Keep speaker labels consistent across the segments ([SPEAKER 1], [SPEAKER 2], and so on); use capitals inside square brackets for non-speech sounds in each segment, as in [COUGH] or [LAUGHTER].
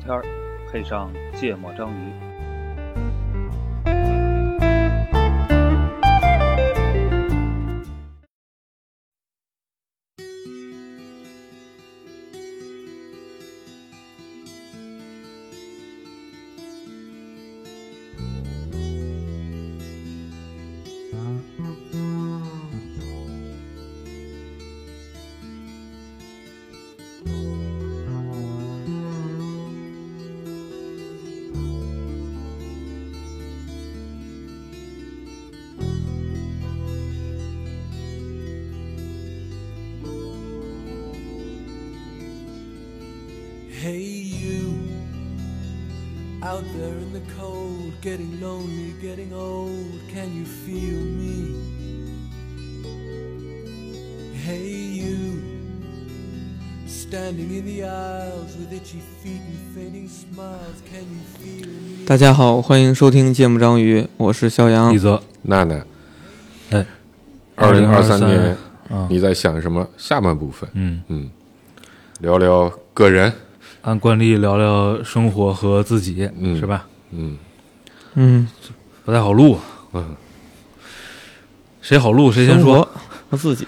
[SPEAKER 1] 天儿，配上芥末章鱼。
[SPEAKER 2] Hey, you out there in the cold, getting lonely, getting old. Can you feel me? Hey, you standing in the aisles with itchy feet and fainting smiles. Can you feel me?
[SPEAKER 3] 大家好，欢迎收听《芥末章鱼》，我是肖阳
[SPEAKER 4] 一。泽，
[SPEAKER 5] 娜娜，
[SPEAKER 4] 哎，
[SPEAKER 5] 二零二三年
[SPEAKER 4] 啊
[SPEAKER 5] 你在想什么？下半部分，
[SPEAKER 4] 嗯，
[SPEAKER 5] 嗯，聊聊个人，
[SPEAKER 4] 按惯例聊聊生活和自己，
[SPEAKER 5] 嗯
[SPEAKER 4] 是吧？
[SPEAKER 5] 嗯，
[SPEAKER 3] 嗯，
[SPEAKER 4] 不太好录，啊
[SPEAKER 5] 嗯，
[SPEAKER 4] 谁好录谁先
[SPEAKER 3] 生活
[SPEAKER 4] 说。
[SPEAKER 3] 和自己，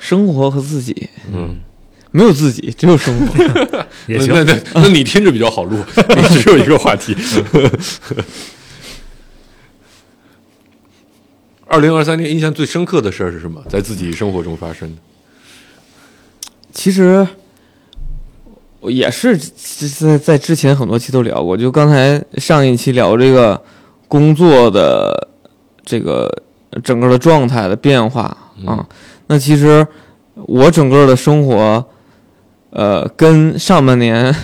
[SPEAKER 3] 生活和自己，
[SPEAKER 5] 嗯，
[SPEAKER 3] 没有自己，只有生活。
[SPEAKER 4] 也
[SPEAKER 5] 那
[SPEAKER 4] 行，
[SPEAKER 5] 那那那你听着比较好录，你只有一个话题。二零二三年印象最深刻的事儿是什么？在自己生活中发生的？
[SPEAKER 3] 其实我也是在在之前很多期都聊过，就刚才上一期聊这个工作的这个整个的状态的变化啊。那其实我整个的生活，呃，跟上半年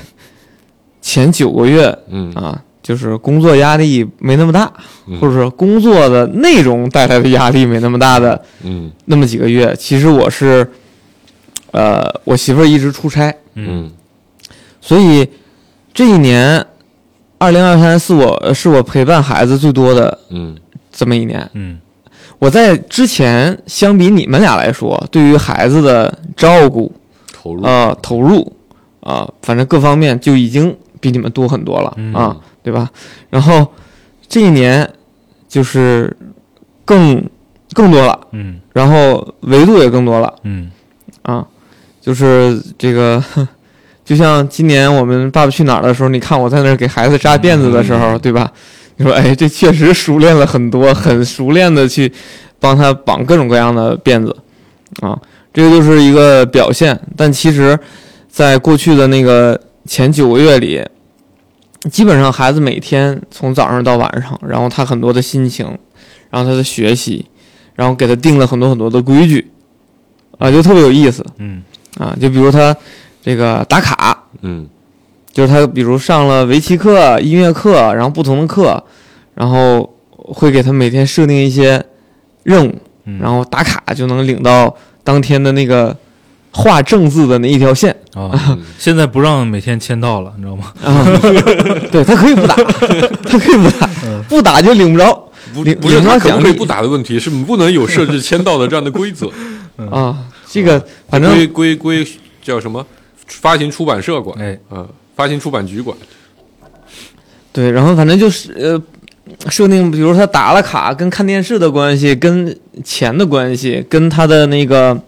[SPEAKER 3] 前九个月
[SPEAKER 5] 嗯
[SPEAKER 3] 啊，就是工作压力没那么大，
[SPEAKER 5] 嗯
[SPEAKER 3] 或者说工作的内容带来的压力没那么大的
[SPEAKER 5] 嗯
[SPEAKER 3] 那么几个月，其实我是，呃，我媳妇儿一直出差，
[SPEAKER 4] 嗯，
[SPEAKER 5] 嗯
[SPEAKER 3] 所以这一年，二零二三是我呃是我陪伴孩子最多的
[SPEAKER 5] 嗯
[SPEAKER 3] 这么一年。
[SPEAKER 4] 嗯
[SPEAKER 3] 我在之前相比你们俩来说，对于孩子的照顾，
[SPEAKER 5] 投入，
[SPEAKER 3] 呃，投入啊、反正各方面就已经比你们多很多了、
[SPEAKER 4] 嗯
[SPEAKER 3] 啊，对吧？然后这一年就是更更多了，
[SPEAKER 4] 嗯
[SPEAKER 3] 然后维度也更多了
[SPEAKER 4] 嗯
[SPEAKER 3] 啊，就是这个。 [LAUGHS] 就像今年我们《爸爸去哪儿》的时候，你看我在那儿给孩子扎辫子的时候，对吧？你说，哎，这确实熟练了很多，很熟练的去帮他绑各种各样的辫子啊，这个就是一个表现。但其实，在过去的那个前九个月里，基本上孩子每天从早上到晚上，然后他很多的心情，然后他的学习，然后给他定了很多很多的规矩，啊，就特别有意思
[SPEAKER 4] 嗯
[SPEAKER 3] 啊。就比如他这个打卡，
[SPEAKER 5] 嗯
[SPEAKER 3] 就是他比如上了围棋课、音乐课，然后不同的课，然后会给他每天设定一些任务，
[SPEAKER 4] 嗯，
[SPEAKER 3] 然后打卡就能领到当天的那个画正字的那一条线
[SPEAKER 4] 啊，现在不让每天签到了，你知道吗？
[SPEAKER 3] 啊。对他可以不打，他可以不打，不打就领不着
[SPEAKER 5] 不
[SPEAKER 3] 领
[SPEAKER 5] 不是
[SPEAKER 3] 领到
[SPEAKER 5] 他可
[SPEAKER 3] 奖
[SPEAKER 5] 不可以
[SPEAKER 3] 励
[SPEAKER 5] 不打的问题，是你不能有设置签到的这样的规则。
[SPEAKER 3] 啊。这个反
[SPEAKER 5] 归
[SPEAKER 3] 正
[SPEAKER 5] 归归叫什么？发行出版社管，
[SPEAKER 4] 哎，
[SPEAKER 5] 嗯，发行出版局管，
[SPEAKER 3] 对，然后反正就是呃，设定比如他打了卡，跟看电视的关系，跟钱的关系，跟他的那个。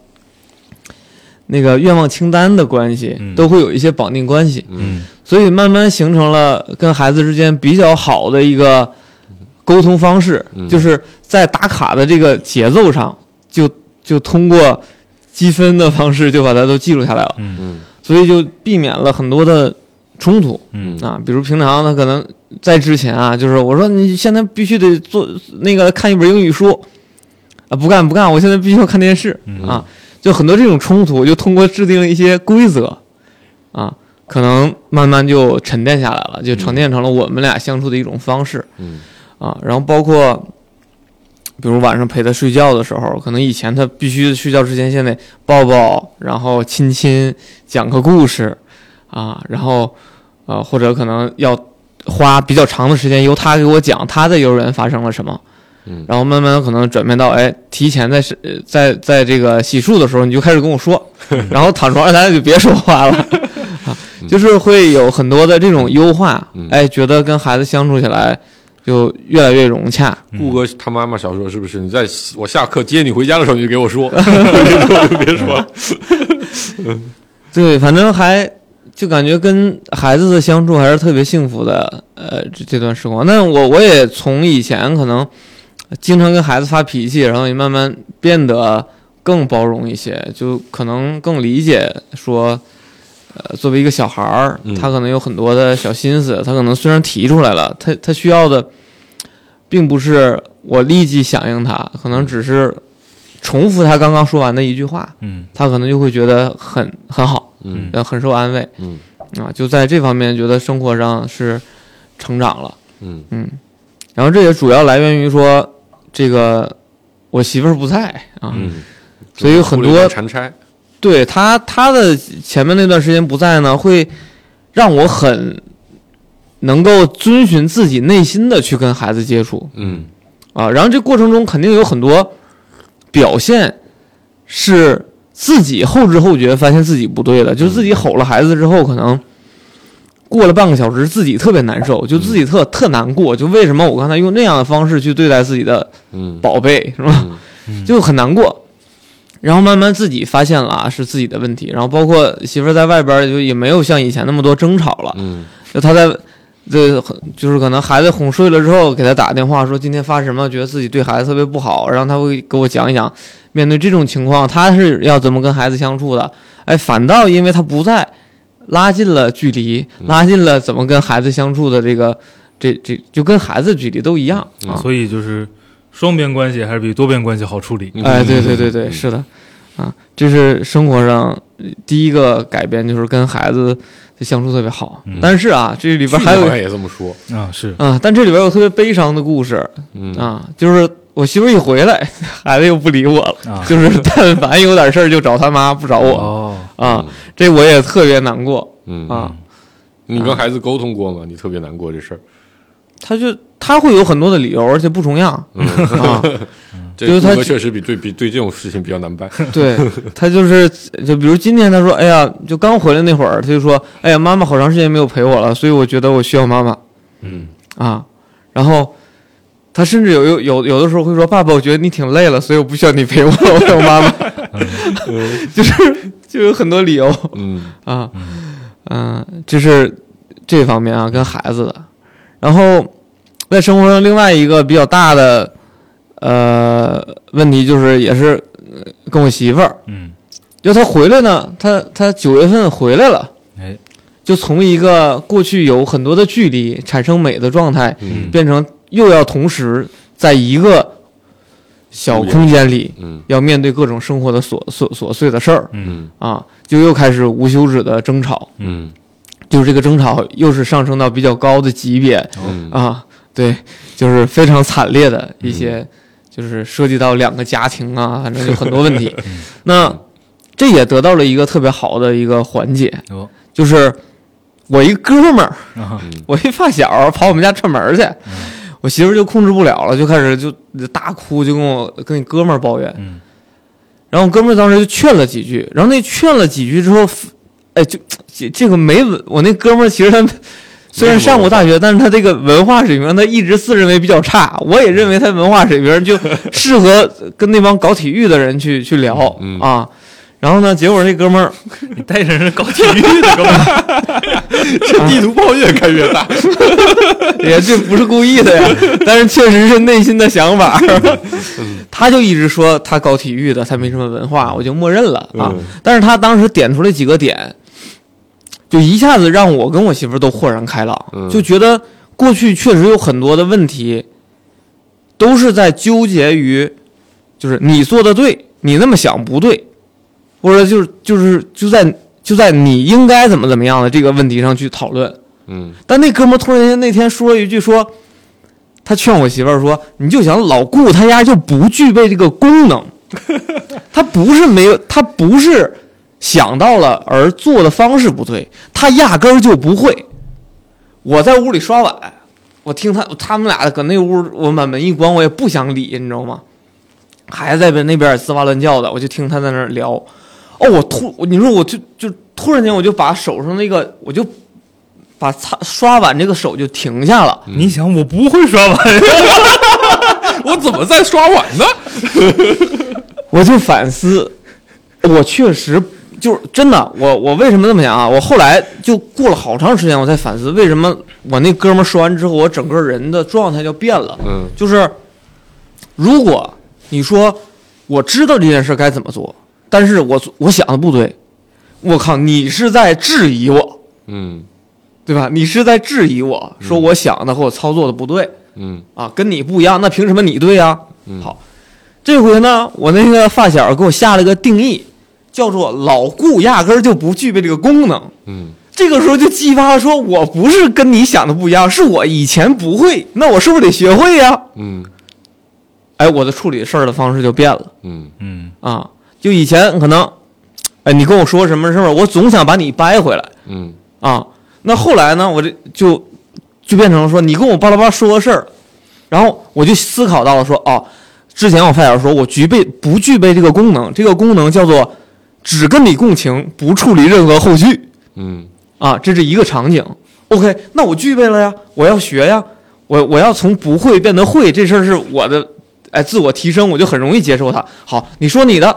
[SPEAKER 3] 那个愿望清单的关系
[SPEAKER 4] 嗯
[SPEAKER 3] 都会有一些绑定关系，
[SPEAKER 4] 嗯
[SPEAKER 3] 所以慢慢形成了跟孩子之间比较好的一个沟通方式，
[SPEAKER 5] 嗯
[SPEAKER 3] 就是在打卡的这个节奏上，就就通过积分的方式就把它都记录下来了，
[SPEAKER 4] 嗯
[SPEAKER 5] 嗯
[SPEAKER 3] 所以就避免了很多的冲突
[SPEAKER 4] 嗯
[SPEAKER 3] 啊。比如平常他可能在之前啊，就是我说你现在必须得做那个看一本英语书啊，不干不干，我现在必须要看电视
[SPEAKER 4] 嗯
[SPEAKER 3] 啊，就很多这种冲突，就通过制定一些规则，啊，可能慢慢就沉淀下来了，就
[SPEAKER 4] 嗯
[SPEAKER 3] 沉淀成了我们俩相处的一种方式
[SPEAKER 5] 嗯
[SPEAKER 3] 啊。然后包括，比如晚上陪他睡觉的时候，可能以前他必须睡觉之前先得抱抱，然后亲亲，讲个故事，啊，然后呃，或者可能要花比较长的时间由他给我讲他在幼儿园发生了什么。
[SPEAKER 5] 嗯
[SPEAKER 3] 然后慢慢可能转变到，哎，提前在是呃
[SPEAKER 5] [LAUGHS]
[SPEAKER 3] 哎在在这个洗漱的时候，你就开始跟我说，然后躺床上咱俩就别说话了，啊就是会有很多的这种优化
[SPEAKER 5] 嗯，
[SPEAKER 3] 哎，觉得跟孩子相处起来就越来越融洽。
[SPEAKER 5] 顾哥他妈妈小时候是不是？你在我下课接你回家的时候，你就给我说，别说就别说。
[SPEAKER 3] 对，反正还就感觉跟孩子的相处还是特别幸福的，呃，这这段时光。那我我也从以前可能经常跟孩子发脾气，然后也慢慢变得更包容一些，就可能更理解说，呃，作为一个小孩儿
[SPEAKER 5] 嗯，
[SPEAKER 3] 他可能有很多的小心思，他可能虽然提出来了，他他需要的并不是我立即响应他，可能只是重复他刚刚说完的一句话。
[SPEAKER 4] 嗯
[SPEAKER 3] 他可能就会觉得很很好，
[SPEAKER 5] 嗯
[SPEAKER 3] 呃，很受安慰
[SPEAKER 5] 嗯
[SPEAKER 3] 啊，就在这方面觉得生活上是成长了，
[SPEAKER 5] 嗯
[SPEAKER 3] 嗯，然后这也主要来源于说这个我媳妇儿不在啊，
[SPEAKER 5] 嗯，
[SPEAKER 3] 所以有很多
[SPEAKER 5] 缠差。
[SPEAKER 3] 对她她的前面那段时间不在呢，会让我很能够遵循自己内心的去跟孩子接触，
[SPEAKER 5] 嗯
[SPEAKER 3] 啊，然后这过程中肯定有很多表现是自己后知后觉发现自己不对的，就是自己吼了孩子之后，可能过了半个小时，自己特别难受，就自己特特难过，就为什么我刚才用那样的方式去对待自己的
[SPEAKER 5] 嗯，
[SPEAKER 3] 宝贝，是吧？
[SPEAKER 5] 嗯
[SPEAKER 3] 就很难过。然后慢慢自己发现了啊，是自己的问题。然后包括媳妇儿在外边儿就也没有像以前那么多争吵了，
[SPEAKER 5] 嗯
[SPEAKER 3] 就他在这就是可能孩子哄睡了之后，给他打电话说今天发生什么，觉得自己对孩子特别不好，然后他会给我讲一讲，面对这种情况他是要怎么跟孩子相处的。哎，反倒因为他不在，拉近了距离，拉近了怎么跟孩子相处的这个。这这就跟孩子距离都一样啊，
[SPEAKER 4] 嗯所以就是双边关系还是比多边关系好处理。
[SPEAKER 5] 嗯
[SPEAKER 3] 哎，对对对对，
[SPEAKER 5] 嗯
[SPEAKER 3] 是的，啊，这是生活上呃第一个改变，就是跟孩子的相处特别好。
[SPEAKER 4] 嗯
[SPEAKER 3] 但是啊，这里边还有
[SPEAKER 5] 好像也这么说。
[SPEAKER 4] 啊，是
[SPEAKER 3] 啊，但这里边有特别悲伤的故事
[SPEAKER 5] 嗯
[SPEAKER 3] 啊，就是我媳妇儿一回来， [LAUGHS] 孩子又不理我了，
[SPEAKER 4] 啊，
[SPEAKER 3] [LAUGHS] 就是但凡有点事儿就找他妈，不找我
[SPEAKER 4] 哦，
[SPEAKER 3] 啊，这我也特别难过
[SPEAKER 5] 嗯
[SPEAKER 3] 啊。
[SPEAKER 5] 你跟孩子沟通过吗？你特别难过这事儿，
[SPEAKER 3] 他就他会有很多的理由，而且不重样
[SPEAKER 5] 嗯
[SPEAKER 3] 啊。
[SPEAKER 5] 这
[SPEAKER 3] 就是他
[SPEAKER 5] 顾哥确实比对比对这种事情比较
[SPEAKER 3] [LAUGHS]
[SPEAKER 5] 难办。 [LAUGHS]
[SPEAKER 3] 对他就是，就比如今天他说，哎呀，就刚回来那会儿，他就说，哎呀，妈妈好长时间没有陪我了，所以我觉得我需要妈妈
[SPEAKER 5] 嗯
[SPEAKER 3] 啊。然后他甚至有有有有的时候会说，爸爸，我觉得你挺累了，所以我不需要你陪我，我有妈妈， [LAUGHS] 就是就有很多理由
[SPEAKER 5] 嗯
[SPEAKER 3] 啊，嗯、这是这方面啊，跟孩子的。然后在生活上，另外一个比较大的呃问题就是，也是呃跟我媳妇儿。
[SPEAKER 4] 嗯，
[SPEAKER 3] 就他回来呢，他他九月份回来了，
[SPEAKER 4] 哎，
[SPEAKER 3] 就从一个过去有很多的距离产生美的状态，
[SPEAKER 5] 嗯
[SPEAKER 3] 变成又要同时在一个小空间里，
[SPEAKER 5] 嗯
[SPEAKER 3] 要面对各种生活的琐琐琐碎的事儿
[SPEAKER 5] 嗯
[SPEAKER 3] 啊，就又开始无休止的争吵，
[SPEAKER 5] 嗯
[SPEAKER 3] 就是这个争吵又是上升到比较高的级别
[SPEAKER 5] 嗯
[SPEAKER 3] 啊，对，就是非常惨烈的一些，就是涉及到两个家庭啊，反正有很多问题。那这也得到了一个特别好的一个缓解，
[SPEAKER 4] 有
[SPEAKER 3] 就是我一哥们儿，
[SPEAKER 4] 啊，
[SPEAKER 3] 我一发小跑我们家串门儿去，我媳妇儿就控制不了了，就开始就大哭，就跟我跟你哥们儿抱怨。
[SPEAKER 4] 嗯
[SPEAKER 3] 然后我哥们儿当时就劝了几句，然后那劝了几句之后，哎，就这这个没文，我那哥们儿其实他虽然上过大学，但是他这个文化水平他一直自认为比较差，我也认为他文化水平
[SPEAKER 5] [LAUGHS]
[SPEAKER 3] 就适合跟那帮搞体育的人去去聊
[SPEAKER 5] 嗯
[SPEAKER 3] 啊。然后呢，结果那哥们儿
[SPEAKER 4] 你带着人搞体育的干嘛？
[SPEAKER 5] 这地图炮越开越
[SPEAKER 3] [LAUGHS]
[SPEAKER 5] 大。
[SPEAKER 3] 也这不是故意的
[SPEAKER 5] [LAUGHS]
[SPEAKER 3] 呀，但是确实是内心的想法。
[SPEAKER 5] 嗯
[SPEAKER 3] 他就一直说他搞体育的，他没什么文化，我就默认了啊。
[SPEAKER 5] 嗯
[SPEAKER 3] 但是他当时点出来几个点，就一下子让我跟我媳妇儿都豁然开朗，
[SPEAKER 5] 嗯
[SPEAKER 3] 就觉得过去确实有很多的问题，都是在纠结于，就是你做的对，你那么想不对，或者就是就是就在就在你应该怎么怎么样的这个问题上去讨论。
[SPEAKER 5] 嗯
[SPEAKER 3] 但那哥们儿突然间那天说了一句说，他劝我媳妇儿说，你就想老顾他家就不具备这个功能，他不是没有，他不是想到了而做的方式不对，他压根儿就不会。我在屋里刷碗，我听他他们俩搁那屋，我把门一关，我也不想理，你知道吗？孩子在那边那边也滋哇乱叫的，我就听他在那儿聊。哦，我突，你说我就就突然间我就把手上那个，我就把擦刷碗这个手就停下了。
[SPEAKER 4] [LAUGHS] 你想，我不会刷碗，
[SPEAKER 5] 我怎么在刷碗呢？
[SPEAKER 3] [LAUGHS] 我就反思，我确实就是真的，我我为什么这么想啊？我后来就过了好长时间，我才反思，为什么我那哥们儿说完之后，我整个人的状态就变了。
[SPEAKER 5] 嗯
[SPEAKER 3] 就是如果你说我知道这件事该怎么做，但是我我想的不对，我靠，你是在质疑我，
[SPEAKER 5] 嗯
[SPEAKER 3] 对吧？你是在质疑我说我想的和我操作的不对。
[SPEAKER 5] 嗯
[SPEAKER 3] 啊，跟你不一样，那凭什么你对呀、
[SPEAKER 5] 嗯
[SPEAKER 3] 好，这回呢，我那个发小给我下了个定义，叫做老顾压根儿就不具备这个功能。
[SPEAKER 5] 嗯
[SPEAKER 3] 这个时候就激发了，说我不是跟你想的不一样，是我以前不会，那我是不是得学会呀、
[SPEAKER 5] 嗯
[SPEAKER 3] 哎，我的处理事儿的方式就变了
[SPEAKER 5] 嗯
[SPEAKER 4] 嗯，
[SPEAKER 3] 啊，就以前可能，哎，你跟我说什么事儿，我总想把你掰回来，
[SPEAKER 5] 嗯
[SPEAKER 3] 啊，那后来呢，我这就就变成了说，你跟我巴拉巴拉说个事儿，然后我就思考到了说，哦，之前我发小说我具备不具备这个功能，这个功能叫做只跟你共情，不处理任何后续
[SPEAKER 5] 嗯
[SPEAKER 3] 啊，这是一个场景。OK，那我具备了呀，我要学呀，我我要从不会变得会，这事儿是我的，哎，自我提升，我就很容易接受它。好，你说你的，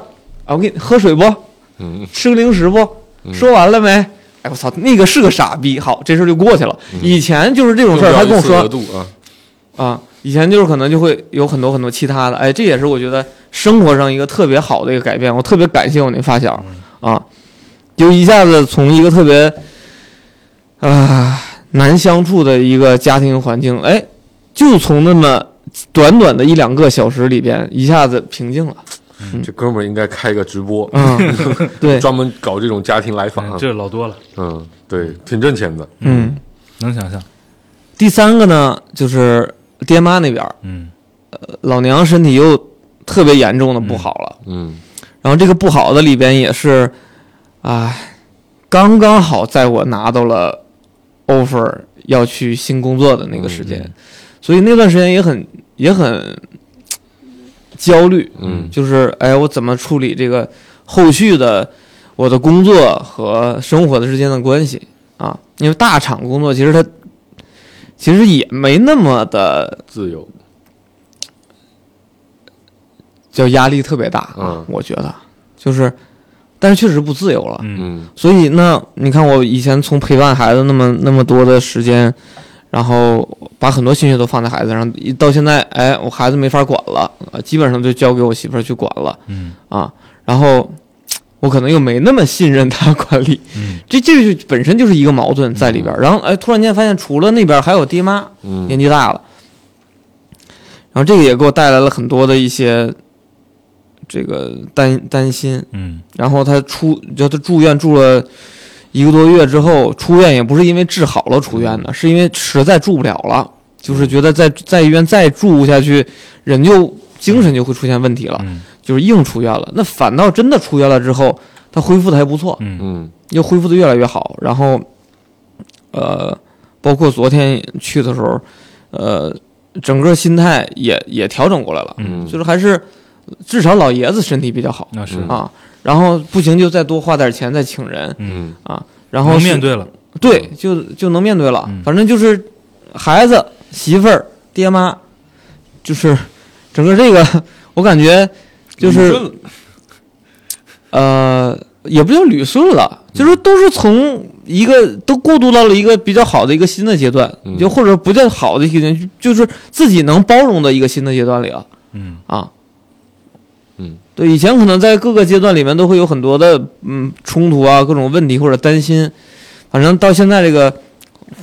[SPEAKER 3] 啊，我给你喝水不？
[SPEAKER 5] 嗯
[SPEAKER 3] 吃个零食不？说完了没？嗯哎，我操，那个是个傻逼。好，这事儿就过去了。以前就是这种事儿，他跟我
[SPEAKER 5] 用不了一次
[SPEAKER 3] 说
[SPEAKER 5] 额度啊，
[SPEAKER 3] 啊，以前就是可能就会有很多很多其他的。哎，这也是我觉得生活上一个特别好的一个改变。我特别感谢我那发小啊，就一下子从一个特别啊、难相处的一个家庭环境，哎，就从那么短短的一两个小时里边，一下子平静了。
[SPEAKER 5] 这哥们儿应该开个直播，
[SPEAKER 3] [LAUGHS] 嗯，对，
[SPEAKER 5] 专门搞这种家庭来
[SPEAKER 4] 嗯
[SPEAKER 5] 访。啊
[SPEAKER 4] 这老多了，
[SPEAKER 5] 嗯，对，挺挣钱的。
[SPEAKER 3] 嗯。
[SPEAKER 4] 能想象。
[SPEAKER 3] 第三个呢，就是爹妈那边儿，
[SPEAKER 4] 嗯
[SPEAKER 3] 老娘身体又特别严重的不好了。
[SPEAKER 5] 嗯
[SPEAKER 3] 然后这个不好的里边也是，唉，刚刚好在我拿到了 offer 要去新工作的那个时间，所以那段时间也很也很焦虑，
[SPEAKER 5] 嗯
[SPEAKER 3] 就是哎，我怎么处理这个后续的我的工作和生活的之间的关系啊？因为大厂工作其实它其实也没那么的
[SPEAKER 5] 自由。
[SPEAKER 3] 叫压力特别大啊
[SPEAKER 5] 嗯，
[SPEAKER 3] 我觉得就是，但是确实不自由了。
[SPEAKER 4] 嗯
[SPEAKER 5] 嗯
[SPEAKER 3] 所以那你看，我以前从陪伴孩子那么那么多的时间，然后把很多心血都放在孩子上，一到现在，哎，我孩子没法管了，呃基本上就交给我媳妇儿去管了
[SPEAKER 4] 嗯
[SPEAKER 3] 啊。然后我可能又没那么信任她管理，
[SPEAKER 4] 嗯
[SPEAKER 3] 这这就本身就是一个矛盾在里边儿。然后哎，突然间发现除了那边儿还有爹妈，年
[SPEAKER 5] 嗯
[SPEAKER 3] 纪大了，然后这个也给我带来了很多的一些这个担担心。
[SPEAKER 4] 嗯
[SPEAKER 3] 然后他出就他住院住了一个多月之后出院，也不是因为治好了出院的，是因为实在住不了了，就是觉得在在医院再住下去，人就精神就会出现问题了，
[SPEAKER 4] 嗯
[SPEAKER 3] 就是硬出院了。那反倒真的出院了之后，他恢复的还不错，
[SPEAKER 4] 嗯
[SPEAKER 5] 嗯
[SPEAKER 3] 又恢复的越来越好。然后，呃，包括昨天去的时候，呃，整个心态也也调整过来了，
[SPEAKER 5] 嗯，
[SPEAKER 3] 就是还是至少老爷子身体比较好
[SPEAKER 4] 那是
[SPEAKER 5] 嗯
[SPEAKER 3] 啊。然后不行就再多花点钱再请人
[SPEAKER 5] 嗯
[SPEAKER 3] 啊，然后
[SPEAKER 4] 能
[SPEAKER 3] 是
[SPEAKER 4] 面对了，
[SPEAKER 3] 对就就能面对了。
[SPEAKER 4] 嗯
[SPEAKER 3] 反正就是孩子、媳妇儿、爹妈，就是整个这个，我感觉就是
[SPEAKER 5] 捋顺了
[SPEAKER 3] 呃，也不叫捋顺了，就是都是从一个都过渡到了一个比较好的一个新的阶段，
[SPEAKER 5] 嗯
[SPEAKER 3] 就或者不叫好的一个阶段，就就是自己能包容的一个新的阶段里了
[SPEAKER 4] 嗯
[SPEAKER 3] 啊。
[SPEAKER 5] 嗯，
[SPEAKER 3] 对，以前可能在各个阶段里面都会有很多的嗯冲突啊，各种问题或者担心，反正到现在这个，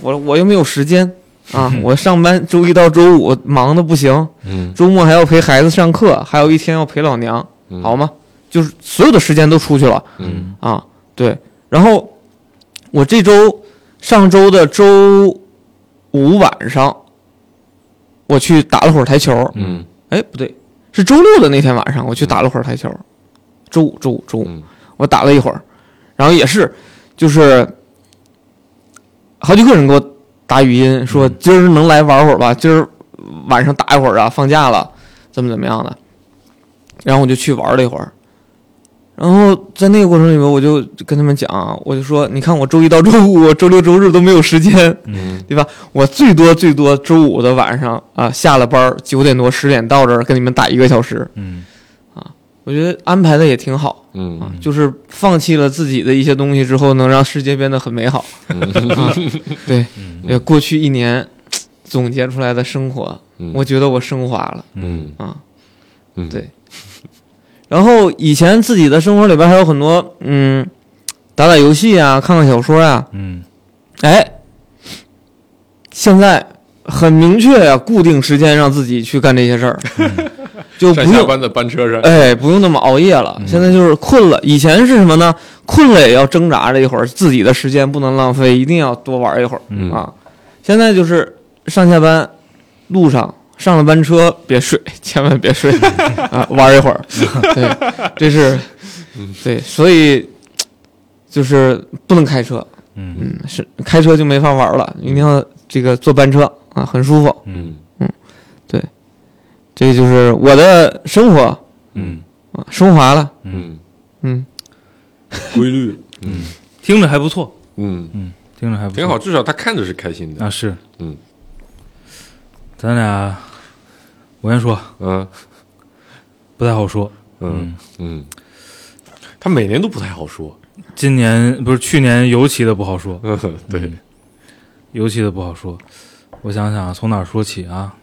[SPEAKER 3] 我我又没有时间啊，
[SPEAKER 5] [LAUGHS]
[SPEAKER 3] 我上班周一到周五忙的不行，
[SPEAKER 5] 嗯
[SPEAKER 3] 周末还要陪孩子上课，还有一天要陪老娘，
[SPEAKER 5] 嗯
[SPEAKER 3] 好吗？就是所有的时间都出去了。
[SPEAKER 5] 嗯
[SPEAKER 3] 啊，对。然后我这周上周的周五晚上，我去打了会儿台球。
[SPEAKER 5] 嗯
[SPEAKER 3] 哎，不对，是周六的那天晚上，我去打了会儿台球。周五，周五，周五，
[SPEAKER 5] 嗯
[SPEAKER 3] 我打了一会儿，然后也是，就是好几个人给我打语音说今儿能来玩会儿吧，今儿晚上打一会儿啊，放假了，怎么怎么样的。然后我就去玩了一会儿，然后在那个过程里面，我就跟他们讲，我就说，你看我周一到周五，我周六周日都没有时间，
[SPEAKER 5] 嗯，
[SPEAKER 3] 对吧？我最多最多周五的晚上啊，下了班九点多十点到这儿跟你们打一个小时，
[SPEAKER 4] 嗯
[SPEAKER 3] 我觉得安排的也挺好啊
[SPEAKER 5] 嗯，
[SPEAKER 3] 就是放弃了自己的一些东西之后，能让世界变得很美
[SPEAKER 5] [LAUGHS]
[SPEAKER 3] 好。啊、对，
[SPEAKER 4] 嗯
[SPEAKER 3] 呃，过去一年总结出来的生活，
[SPEAKER 5] 嗯
[SPEAKER 3] 我觉得我升华了
[SPEAKER 5] 嗯
[SPEAKER 3] 啊。
[SPEAKER 5] 嗯，
[SPEAKER 3] 对然后以前自己的生活里边还有很多，嗯，打打游戏啊，看看小说啊，
[SPEAKER 4] 嗯
[SPEAKER 3] 哎，现在很明确呀、固定时间让自己去干这些事儿， [LAUGHS] 就不
[SPEAKER 5] 嗯上下
[SPEAKER 3] 用
[SPEAKER 5] 班的嗯班车上，
[SPEAKER 3] 哎，不用那么熬夜了。现在就是困了，以前是什么呢？困了也要挣扎着一会儿，自己的时间不能浪费，一定要多玩一会儿、
[SPEAKER 5] 嗯
[SPEAKER 3] 啊。现在就是上下班路上上了班车别睡，千万别
[SPEAKER 5] [LAUGHS]
[SPEAKER 3] 睡啊，玩一会儿。对，这是
[SPEAKER 5] 嗯
[SPEAKER 3] 对，所以就是不能开车，
[SPEAKER 4] 嗯
[SPEAKER 3] 嗯，是开车就没法玩了，一定要这个坐班车啊，很舒服。
[SPEAKER 5] 嗯
[SPEAKER 3] 这就是我的生活
[SPEAKER 4] 嗯，
[SPEAKER 3] 啊，升华了，
[SPEAKER 5] 嗯，
[SPEAKER 3] 嗯。
[SPEAKER 5] 规律，嗯
[SPEAKER 4] 听着还不错，
[SPEAKER 5] 嗯，
[SPEAKER 4] 嗯，听着还不错
[SPEAKER 5] 挺好，至少他看着是开心的，
[SPEAKER 4] 啊，是，
[SPEAKER 5] 嗯
[SPEAKER 4] 咱俩，我先说，
[SPEAKER 5] 嗯
[SPEAKER 4] 不太好说，
[SPEAKER 5] 嗯嗯，他每年都不太好说， [LAUGHS]
[SPEAKER 4] 今年不是去年尤其的不好说，
[SPEAKER 5] 嗯，对，
[SPEAKER 4] 尤其的不好说。我想想啊，从哪儿说起啊？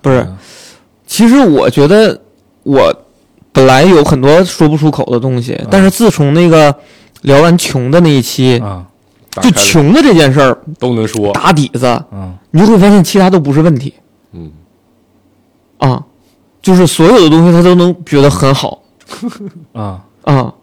[SPEAKER 3] 不是
[SPEAKER 4] 嗯，
[SPEAKER 3] 其实我觉得我本来有很多说不出口的东西，但是自从那个聊完穷的那一期，
[SPEAKER 4] 啊
[SPEAKER 5] 打
[SPEAKER 3] 就
[SPEAKER 5] 开了嗯
[SPEAKER 3] 穷的这件事儿
[SPEAKER 5] 都能说，
[SPEAKER 3] 打底子，
[SPEAKER 4] 啊
[SPEAKER 3] 你就会发现其他都不是问题
[SPEAKER 5] 嗯
[SPEAKER 3] 啊，就是所有的东西他都能觉得很好
[SPEAKER 4] 啊！
[SPEAKER 3] 啊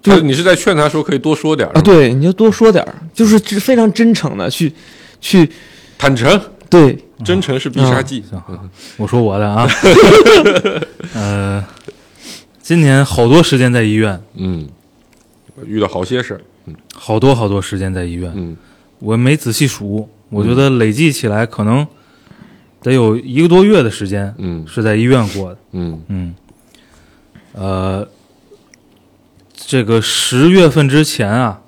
[SPEAKER 5] 就你是在劝他说可以多说点儿
[SPEAKER 3] 啊，，对，你就多说点儿，就是这非常真诚的去去
[SPEAKER 5] 坦诚、
[SPEAKER 3] 对，
[SPEAKER 5] 真诚是必杀技，嗯
[SPEAKER 4] 我说我的啊， [LAUGHS] 呃，今年好多时间在医院，
[SPEAKER 5] 嗯，遇到好些事儿，
[SPEAKER 4] 好多好多时间在医院，
[SPEAKER 5] 嗯
[SPEAKER 4] 我没仔细数，我觉得累计起来可能得有一个多月的时间
[SPEAKER 5] 嗯
[SPEAKER 4] 是在医院过的。
[SPEAKER 5] 嗯
[SPEAKER 4] 嗯，呃，这个十月份之前啊，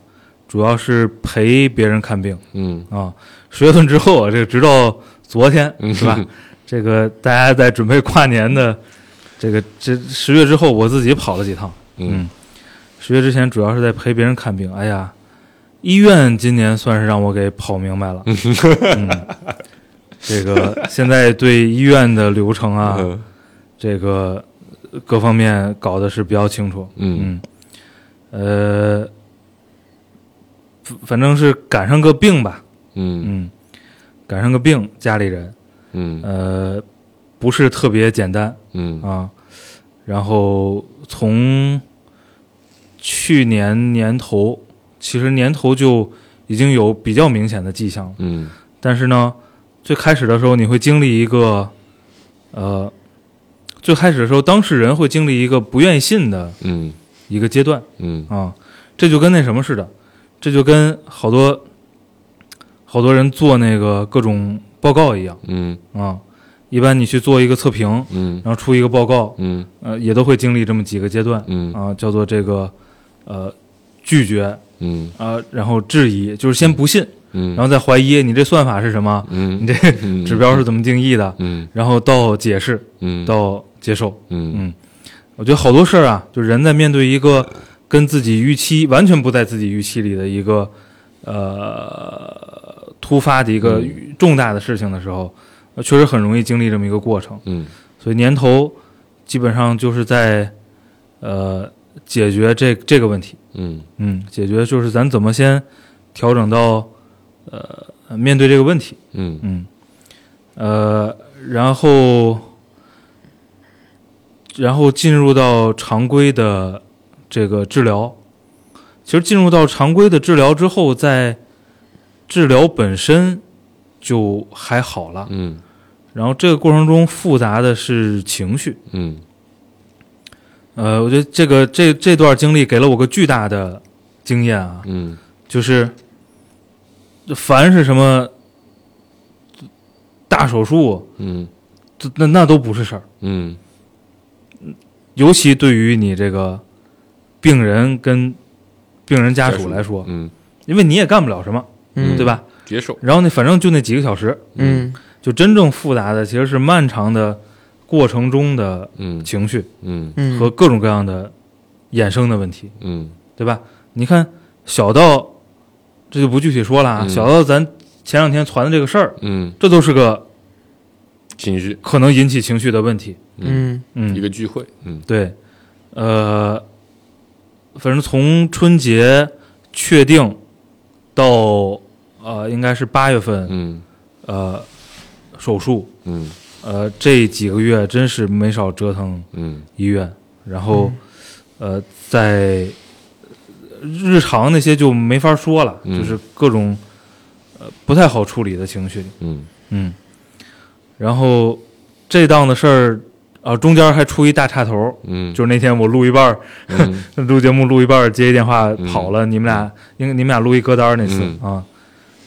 [SPEAKER 4] 主要是陪别人看病
[SPEAKER 5] 嗯
[SPEAKER 4] 啊。十月份之后啊，这个直到昨天
[SPEAKER 5] 嗯
[SPEAKER 4] 是吧？这个大家在准备跨年的这个这十月之后，我自己跑了几趟。
[SPEAKER 5] 嗯
[SPEAKER 4] 十月之前主要是在陪别人看病。哎呀，医院今年算是让我给跑明
[SPEAKER 5] [LAUGHS]
[SPEAKER 4] 白了。嗯，这个现在对医院的流程啊，
[SPEAKER 5] 嗯
[SPEAKER 4] 这个呃各方面搞得是比较清楚。
[SPEAKER 5] 嗯
[SPEAKER 4] 嗯，呃，反反正是赶上个病吧。
[SPEAKER 5] 嗯
[SPEAKER 4] 嗯，赶上个病，家里人
[SPEAKER 5] 嗯
[SPEAKER 4] 呃不是特别简单
[SPEAKER 5] 嗯
[SPEAKER 4] 啊。然后从去年年头，其实年头就已经有比较明显的迹象了。
[SPEAKER 5] 嗯
[SPEAKER 4] 但是呢，最开始的时候你会经历一个，呃，最开始的时候当事人会经历一个不愿意信的
[SPEAKER 5] 嗯
[SPEAKER 4] 一个阶段
[SPEAKER 5] 嗯
[SPEAKER 4] 啊，这就跟那什么似的，这就跟好多好多人做那个各种报告一样
[SPEAKER 5] 嗯
[SPEAKER 4] 啊，一般你去做一个测评，
[SPEAKER 5] 嗯
[SPEAKER 4] 然后出一个报告，
[SPEAKER 5] 嗯
[SPEAKER 4] 呃，也都会经历这么几个阶段
[SPEAKER 5] 嗯
[SPEAKER 4] 啊，叫做这个呃拒绝
[SPEAKER 5] 嗯
[SPEAKER 4] 啊，然后质疑，就是先不信，
[SPEAKER 5] 嗯，
[SPEAKER 4] 然后再怀疑你这算法是什么。
[SPEAKER 5] 嗯
[SPEAKER 4] 你这指标是怎么定义的，
[SPEAKER 5] 嗯
[SPEAKER 4] 然后到解释，
[SPEAKER 5] 嗯
[SPEAKER 4] 到接受，
[SPEAKER 5] 嗯
[SPEAKER 4] 嗯，我觉得好多事儿啊，就人在面对一个跟自己预期完全不在自己预期里的一个呃突发的一个
[SPEAKER 5] 嗯
[SPEAKER 4] 重大的事情的时候，呃确实很容易经历这么一个过程。
[SPEAKER 5] 嗯
[SPEAKER 4] 所以年头基本上就是在呃解决这这个问题，
[SPEAKER 5] 嗯
[SPEAKER 4] 嗯，解决就是咱怎么先调整到呃面对这个问题，
[SPEAKER 5] 嗯
[SPEAKER 4] 嗯，呃，然后，然后进入到常规的这个治疗。其实进入到常规的治疗之后，在治疗本身就还好了。
[SPEAKER 5] 嗯
[SPEAKER 4] 然后这个过程中复杂的是情绪。
[SPEAKER 5] 嗯
[SPEAKER 4] 呃，我觉得这个这这段经历给了我个巨大的经验啊，
[SPEAKER 5] 嗯
[SPEAKER 4] 就是凡是什么大手术，
[SPEAKER 5] 嗯
[SPEAKER 4] 这那那都不是事儿。
[SPEAKER 5] 嗯
[SPEAKER 4] 尤其对于你这个病人跟病人家属来说，
[SPEAKER 5] 嗯，
[SPEAKER 4] 因为你也干不了什么，
[SPEAKER 3] 嗯，
[SPEAKER 4] 对？吧？
[SPEAKER 5] 接受，
[SPEAKER 4] 然后那反正就那几个小时，
[SPEAKER 3] 嗯
[SPEAKER 4] 就真正复杂的其实是漫长的过程中的
[SPEAKER 5] 嗯
[SPEAKER 4] 情绪
[SPEAKER 5] 嗯
[SPEAKER 3] 嗯
[SPEAKER 4] 和各种各样的衍生的问题，
[SPEAKER 5] 嗯
[SPEAKER 4] 对吧？你看小到这就不具体说了啊，
[SPEAKER 5] 嗯
[SPEAKER 4] 小到咱前两天传的这个事儿，
[SPEAKER 5] 嗯，
[SPEAKER 4] 这都是个
[SPEAKER 5] 情绪，
[SPEAKER 4] 可能引起情绪的问题。
[SPEAKER 3] 嗯
[SPEAKER 4] 嗯，
[SPEAKER 5] 一个聚会，嗯
[SPEAKER 4] 对，呃，反正从春节确定到呃，应该是八月份，
[SPEAKER 5] 嗯
[SPEAKER 4] 呃，手术，
[SPEAKER 5] 嗯
[SPEAKER 4] 呃，这几个月真是没少折腾
[SPEAKER 5] 嗯
[SPEAKER 4] 医院，然后、呃，在日常那些就没法说了，
[SPEAKER 5] 嗯
[SPEAKER 4] 就是各种呃不太好处理的情绪，
[SPEAKER 5] 嗯
[SPEAKER 4] 嗯，然后这档子事儿啊、中间还出一大岔头儿，
[SPEAKER 5] 嗯，
[SPEAKER 4] 就是那天我录一半儿，
[SPEAKER 5] 嗯
[SPEAKER 4] [LAUGHS] 录节目录一半儿接一电话跑了，你们俩应该你们俩录一歌单儿那次、
[SPEAKER 5] 嗯
[SPEAKER 4] 啊，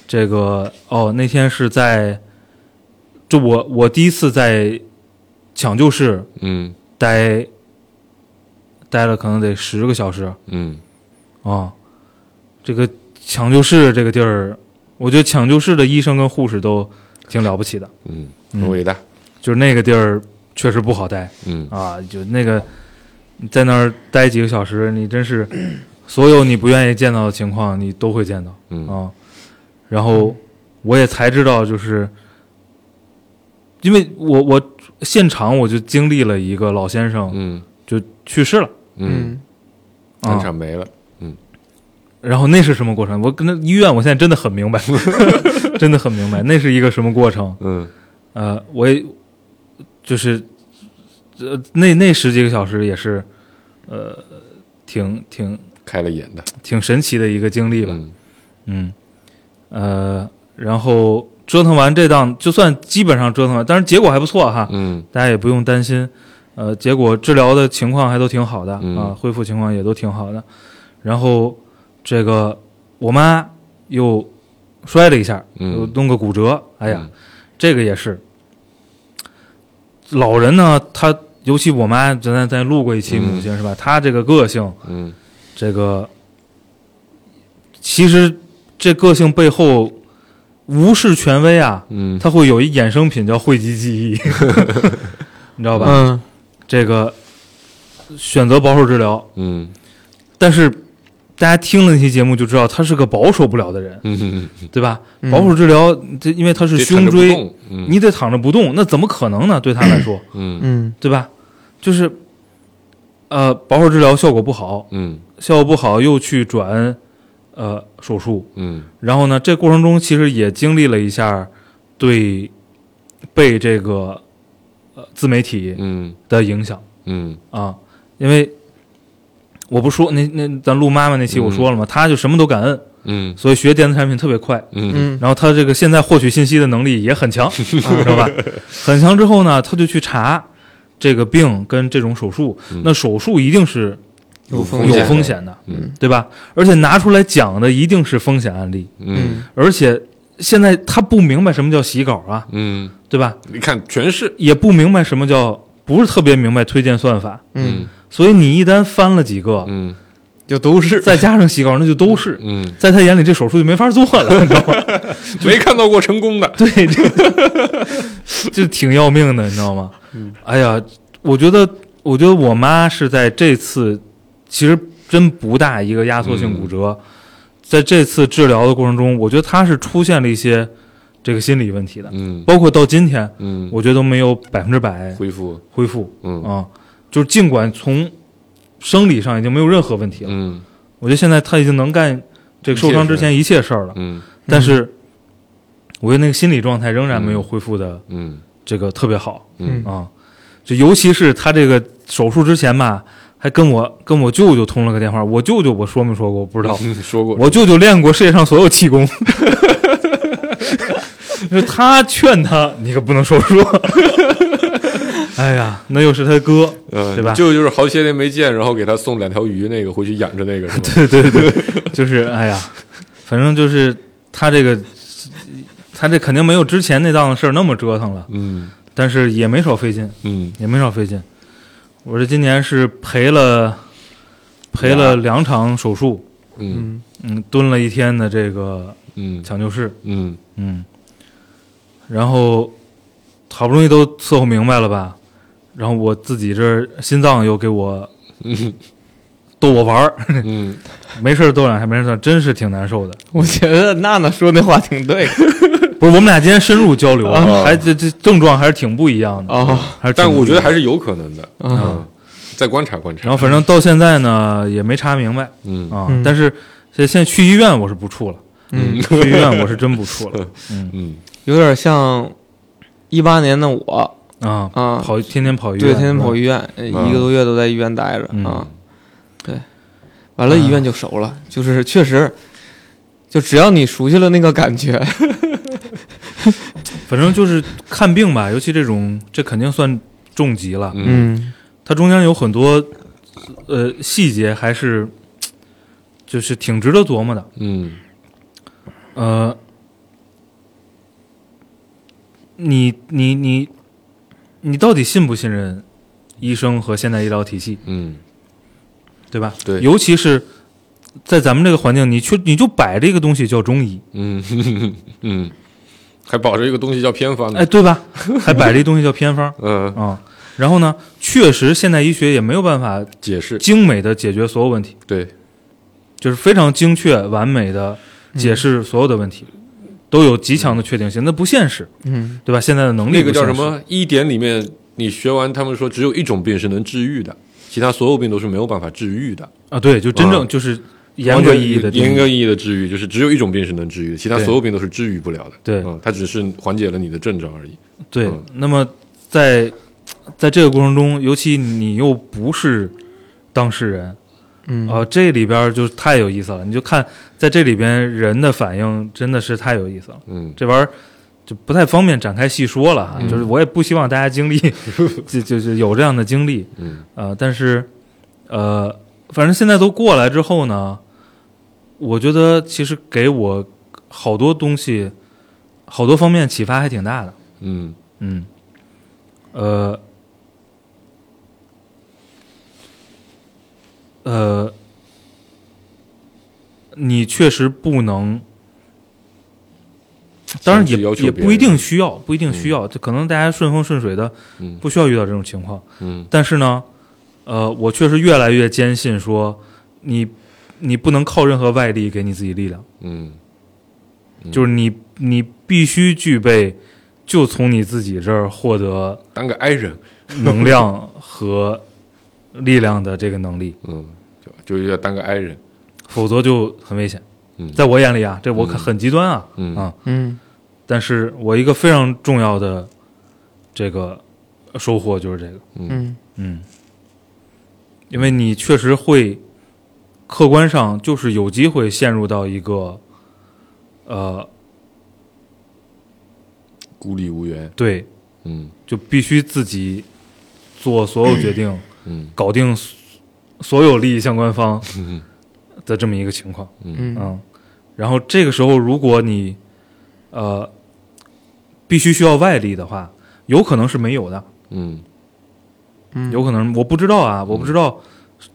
[SPEAKER 4] 这个哦那天是在，就我我第一次在抢救室
[SPEAKER 5] 嗯
[SPEAKER 4] 待待了可能得十个小时
[SPEAKER 5] 嗯
[SPEAKER 4] 啊，这个抢救室这个地儿，我觉得抢救室的医生跟护士都挺了不起的，
[SPEAKER 5] 嗯，很伟大，
[SPEAKER 4] 就是那个地儿确实不好待。
[SPEAKER 5] 嗯
[SPEAKER 4] 啊，就那个你在那儿待几个小时，你真是所有你不愿意见到的情况，你都会见到
[SPEAKER 5] 嗯
[SPEAKER 4] 啊。然后我也才知道，就是因为我我现场我就经历了一个老先生
[SPEAKER 5] 嗯
[SPEAKER 4] 就去世了
[SPEAKER 5] 嗯，当
[SPEAKER 4] 啊，
[SPEAKER 5] 场没了，
[SPEAKER 4] 然后那是什么过程？我跟那医院，我现在真的很明白， [LAUGHS] 真的很明白，那是一个什么过程。
[SPEAKER 5] 嗯
[SPEAKER 4] 呃，我也就是呃那那十几个小时也是呃挺挺
[SPEAKER 5] 开了眼的，
[SPEAKER 4] 挺神奇的一个经历吧，
[SPEAKER 5] 嗯
[SPEAKER 4] 嗯呃，然后折腾完这档，就算基本上折腾完，但是结果还不错哈，
[SPEAKER 5] 嗯
[SPEAKER 4] 大家也不用担心，呃，结果治疗的情况还都挺好的、
[SPEAKER 5] 嗯
[SPEAKER 4] 啊，恢复情况也都挺好的，然后这个我妈又摔了一下，
[SPEAKER 5] 嗯
[SPEAKER 4] 又弄个骨折，哎呀，这个也是。老人呢，他尤其我妈，咱咱咱录过一期母亲、是吧？她这个个性，
[SPEAKER 5] 嗯
[SPEAKER 4] 这个其实这个性背后无视权威啊，
[SPEAKER 5] 嗯，
[SPEAKER 4] 它会有一衍生品叫汇集记忆， [LAUGHS] 你知道吧？
[SPEAKER 3] 嗯
[SPEAKER 4] 这个选择保守治疗，
[SPEAKER 5] 嗯
[SPEAKER 4] 但是大家听了那期节目就知道，他是个保守不了的人，
[SPEAKER 5] 嗯，
[SPEAKER 4] 对吧？
[SPEAKER 3] 嗯
[SPEAKER 4] 保守治疗，这因为他是胸椎，，
[SPEAKER 5] 嗯
[SPEAKER 4] 你得躺着不动，那怎么可能呢？对他来
[SPEAKER 5] [COUGHS]
[SPEAKER 4] 说，
[SPEAKER 5] 嗯
[SPEAKER 3] 嗯
[SPEAKER 4] 对吧？就是呃，保守治疗效果不好，
[SPEAKER 5] 嗯
[SPEAKER 4] 效果不好又去转呃手术，
[SPEAKER 5] 嗯
[SPEAKER 4] 然后呢，这过程中其实也经历了一下对被这个呃自媒体
[SPEAKER 5] 嗯
[SPEAKER 4] 的影响
[SPEAKER 5] 嗯
[SPEAKER 4] 啊，因为我不说那那咱录妈妈那期我说了嘛，她就什么都敢摁，
[SPEAKER 5] 嗯
[SPEAKER 4] 所以学电子产品特别快。
[SPEAKER 5] 嗯
[SPEAKER 3] 嗯
[SPEAKER 4] 然后她这个现在获取信息的能力也很强，知道吧？很强之后呢，她就去查这个病跟这种手术，那手术一定是
[SPEAKER 3] 有风
[SPEAKER 4] 有
[SPEAKER 5] 险
[SPEAKER 4] 风险的，
[SPEAKER 5] 嗯
[SPEAKER 4] 对吧？而且拿出来讲的一定是风险案例，
[SPEAKER 5] 嗯
[SPEAKER 4] 而且现在他不明白什么叫洗稿啊，
[SPEAKER 5] 嗯，
[SPEAKER 4] 对吧？
[SPEAKER 5] 你看全是，
[SPEAKER 4] 也不明白什么叫不是特别明白推荐算法，
[SPEAKER 3] 嗯，
[SPEAKER 4] 所以你一旦翻了几个，
[SPEAKER 5] 嗯
[SPEAKER 3] 就都是
[SPEAKER 4] 再加上洗稿，那就都是。
[SPEAKER 5] 嗯，
[SPEAKER 4] 在他眼里，这手术就没法做了，你知道吗？ [LAUGHS]
[SPEAKER 5] 没看到过成功的，
[SPEAKER 4] 对，这这挺要命的，你知道吗？
[SPEAKER 5] 嗯
[SPEAKER 4] 哎呀，我觉得，我觉得我妈是在这次，其实真不大一个压缩
[SPEAKER 5] 嗯
[SPEAKER 4] 性骨折，在这次治疗的过程中，我觉得她是出现了一些这个心理问题的，
[SPEAKER 5] 嗯
[SPEAKER 4] 包括到今天，
[SPEAKER 5] 嗯，
[SPEAKER 4] 我觉得都没有百分之百
[SPEAKER 5] 恢复，
[SPEAKER 4] 恢复
[SPEAKER 5] 嗯
[SPEAKER 4] 啊，就是尽管从生理上已经没有任何问题了，
[SPEAKER 5] 嗯
[SPEAKER 4] 我觉得现在他已经能干这个受伤之前一切事儿了，
[SPEAKER 5] 嗯
[SPEAKER 4] 但是我觉得那个心理状态仍然没有恢复的
[SPEAKER 5] 嗯
[SPEAKER 4] 这个特别好
[SPEAKER 5] 嗯
[SPEAKER 4] 啊，就尤其是他这个手术之前吧，还跟我跟我舅舅通了个电话，我舅舅我说没说过我不 [LAUGHS] 知道，
[SPEAKER 5] 嗯，说过，
[SPEAKER 4] 我舅舅练过世界上所有气功。 [LAUGHS] 就是他劝他，你可不能手术。 [LAUGHS] 哎呀，那又是他哥，
[SPEAKER 5] 嗯，
[SPEAKER 4] 对吧？
[SPEAKER 5] 就就是好些年没见，然后给他送两条鱼，那个回去养着那个是吧？
[SPEAKER 4] 对对对，就是哎呀，反正就是他这个，他这肯定没有之前那档子事儿那么折腾了，
[SPEAKER 5] 嗯
[SPEAKER 4] 但是也没少费劲，
[SPEAKER 5] 嗯
[SPEAKER 4] 也没少费劲。我这今年是赔了赔了两场手术，
[SPEAKER 5] 嗯
[SPEAKER 4] 嗯，蹲了一天的这个
[SPEAKER 5] 嗯
[SPEAKER 4] 抢救室，
[SPEAKER 5] 嗯
[SPEAKER 4] 嗯，然后好不容易都伺候明白了吧，然后我自己这儿心脏又给我逗我玩儿，
[SPEAKER 5] 嗯，
[SPEAKER 4] 没事儿逗两下，没事儿逗两下，真是挺难受的。
[SPEAKER 3] [LAUGHS] 我觉得娜娜说那话挺对的
[SPEAKER 4] 不是，我们俩今天深入交流，
[SPEAKER 5] 啊
[SPEAKER 4] 还这这症状还是挺不一样的，
[SPEAKER 3] 哦，
[SPEAKER 4] 还是挺
[SPEAKER 5] 但我觉
[SPEAKER 4] 不一样
[SPEAKER 5] 得还是有可能的，嗯，再观察观
[SPEAKER 4] 然
[SPEAKER 5] 察，
[SPEAKER 4] 后反正到现在呢也没查明白
[SPEAKER 5] 嗯
[SPEAKER 4] 啊，
[SPEAKER 3] 嗯
[SPEAKER 4] 但是现现在去医院我是不处了，
[SPEAKER 3] 嗯，
[SPEAKER 4] 去医院我是真不处了
[SPEAKER 5] 嗯
[SPEAKER 3] 有点像一八年的我
[SPEAKER 4] 啊，
[SPEAKER 3] 啊，
[SPEAKER 4] 跑天天跑医
[SPEAKER 3] 对，
[SPEAKER 4] 院，
[SPEAKER 3] 天天跑医
[SPEAKER 4] 医
[SPEAKER 3] 院，呃一个多月都在医院待着
[SPEAKER 4] 嗯
[SPEAKER 3] 啊。对，完了医院就熟了，就是确实，就只要你熟悉了那个感觉，
[SPEAKER 4] 反正就是看病吧，尤其这种这肯定算重疾了，
[SPEAKER 5] 嗯
[SPEAKER 3] 嗯
[SPEAKER 4] 它中间有很多呃细节还是就是挺值得琢磨的，
[SPEAKER 5] 嗯
[SPEAKER 4] 呃，你你你你到底信不信任医生和现代医疗体系，
[SPEAKER 5] 嗯
[SPEAKER 4] 对吧？
[SPEAKER 5] 对
[SPEAKER 4] 尤其是在咱们这个环境，你去你就摆这个东西叫中医，
[SPEAKER 5] 嗯嗯，还保着一个东西叫偏方呢
[SPEAKER 4] 哎，，对吧？还摆这东西叫偏方
[SPEAKER 5] 嗯，
[SPEAKER 4] 啊、然后呢，确实现代医学也没有办法
[SPEAKER 5] 解释
[SPEAKER 4] 精美的解决所有问题，
[SPEAKER 5] 对，
[SPEAKER 4] 就是非常精确完美的解
[SPEAKER 5] 嗯
[SPEAKER 4] 释所有的问题，都有极强的确定性，那不现实，
[SPEAKER 3] [LAUGHS] 嗯
[SPEAKER 4] 对吧？现在的能力
[SPEAKER 5] 那个
[SPEAKER 4] 不
[SPEAKER 5] 叫什
[SPEAKER 4] 现实
[SPEAKER 5] 么一典里面，你学完他们说只有一种病是能治愈的，其他所有病都是没有办法治愈的。
[SPEAKER 4] 啊？对，就真正
[SPEAKER 5] 嗯
[SPEAKER 4] 就是严格意义的定义
[SPEAKER 5] 严格意义的治愈，就是只有一种病是能治愈的，其他
[SPEAKER 4] 对
[SPEAKER 5] 所有病都是治愈不了的。
[SPEAKER 4] 对
[SPEAKER 5] 嗯，它只是缓解了你的症状而已。
[SPEAKER 4] 对
[SPEAKER 5] 嗯，
[SPEAKER 4] 那么在在这个过程中，尤其你又不是当事人
[SPEAKER 3] 嗯
[SPEAKER 4] 啊、这里边儿就太有意思了。你就看在这里边人的反应真的是太有意思了，
[SPEAKER 5] 嗯
[SPEAKER 4] 这玩意儿就不太方便展开细说了哈。就是我也不希望大家经
[SPEAKER 5] [LAUGHS]
[SPEAKER 4] 历，就就是有这样的经历
[SPEAKER 5] 嗯
[SPEAKER 4] 啊、呃但是呃，反正现在都过来之后呢，我觉得其实给我好多东西，好多方面启发还挺大的。
[SPEAKER 5] 嗯
[SPEAKER 4] 嗯，呃，呃，你确实不能，当然也
[SPEAKER 5] 要求
[SPEAKER 4] 也
[SPEAKER 5] 别人
[SPEAKER 4] 不一定需要，不一定需要，就可能大家顺风顺水的，
[SPEAKER 5] 嗯
[SPEAKER 4] 不需要遇到这种情况。
[SPEAKER 5] 嗯
[SPEAKER 4] 但是呢，呃，我确实越来越坚信说，你你不能靠任何外力给你自己力量。
[SPEAKER 5] 嗯
[SPEAKER 4] 就是你你必须具备，就从你自己这儿获得
[SPEAKER 5] 当个 I 人，
[SPEAKER 4] 能量和力量的这个能
[SPEAKER 5] [LAUGHS]
[SPEAKER 4] 力，
[SPEAKER 5] 嗯，就就要当个 I 人。
[SPEAKER 4] 否则就很危险。
[SPEAKER 5] 嗯
[SPEAKER 4] 在我眼里啊，这我可
[SPEAKER 5] 嗯
[SPEAKER 4] 很极端啊，
[SPEAKER 5] 嗯
[SPEAKER 4] 啊，
[SPEAKER 3] 嗯
[SPEAKER 4] 但是我一个非常重要的这个收获就是这个，
[SPEAKER 3] 嗯
[SPEAKER 4] 嗯，因为你确实会客观上就是有机会陷入到一个呃
[SPEAKER 5] 孤立无援。
[SPEAKER 4] 对，
[SPEAKER 5] 嗯
[SPEAKER 4] 就必须自己做所有决定。
[SPEAKER 5] [CLEARS THROAT] 嗯
[SPEAKER 4] 搞定所所有利益相关方
[SPEAKER 5] 嗯
[SPEAKER 4] 的这么一个情况，
[SPEAKER 5] 嗯
[SPEAKER 3] 嗯
[SPEAKER 4] 嗯，然后这个时候如果你呃必须需要外力的话，有可能是没有的，
[SPEAKER 5] 嗯
[SPEAKER 3] 嗯，
[SPEAKER 4] 有可能我不知道啊，我不知道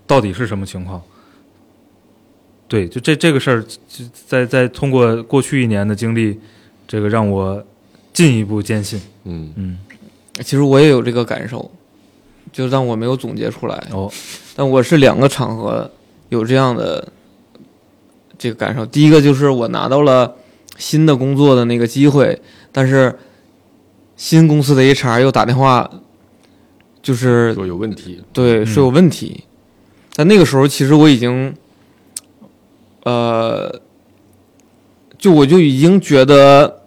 [SPEAKER 4] 到底是什么情况。对，就这这个事儿，就在在通过过去一年的经历，这个让我进一步坚信，
[SPEAKER 5] 嗯
[SPEAKER 4] 嗯，
[SPEAKER 3] 其实我也有这个感受，就但我没有总结出来，
[SPEAKER 4] 哦，
[SPEAKER 3] 但我是两个场合有这样的这个感受。第一个就是我拿到了新的工作的那个机会，但是新公司的 HR 又打电话，就是
[SPEAKER 5] 说有问题。
[SPEAKER 3] 对，是有问题。但那个时候，其实我已经，呃，就我就已经觉得，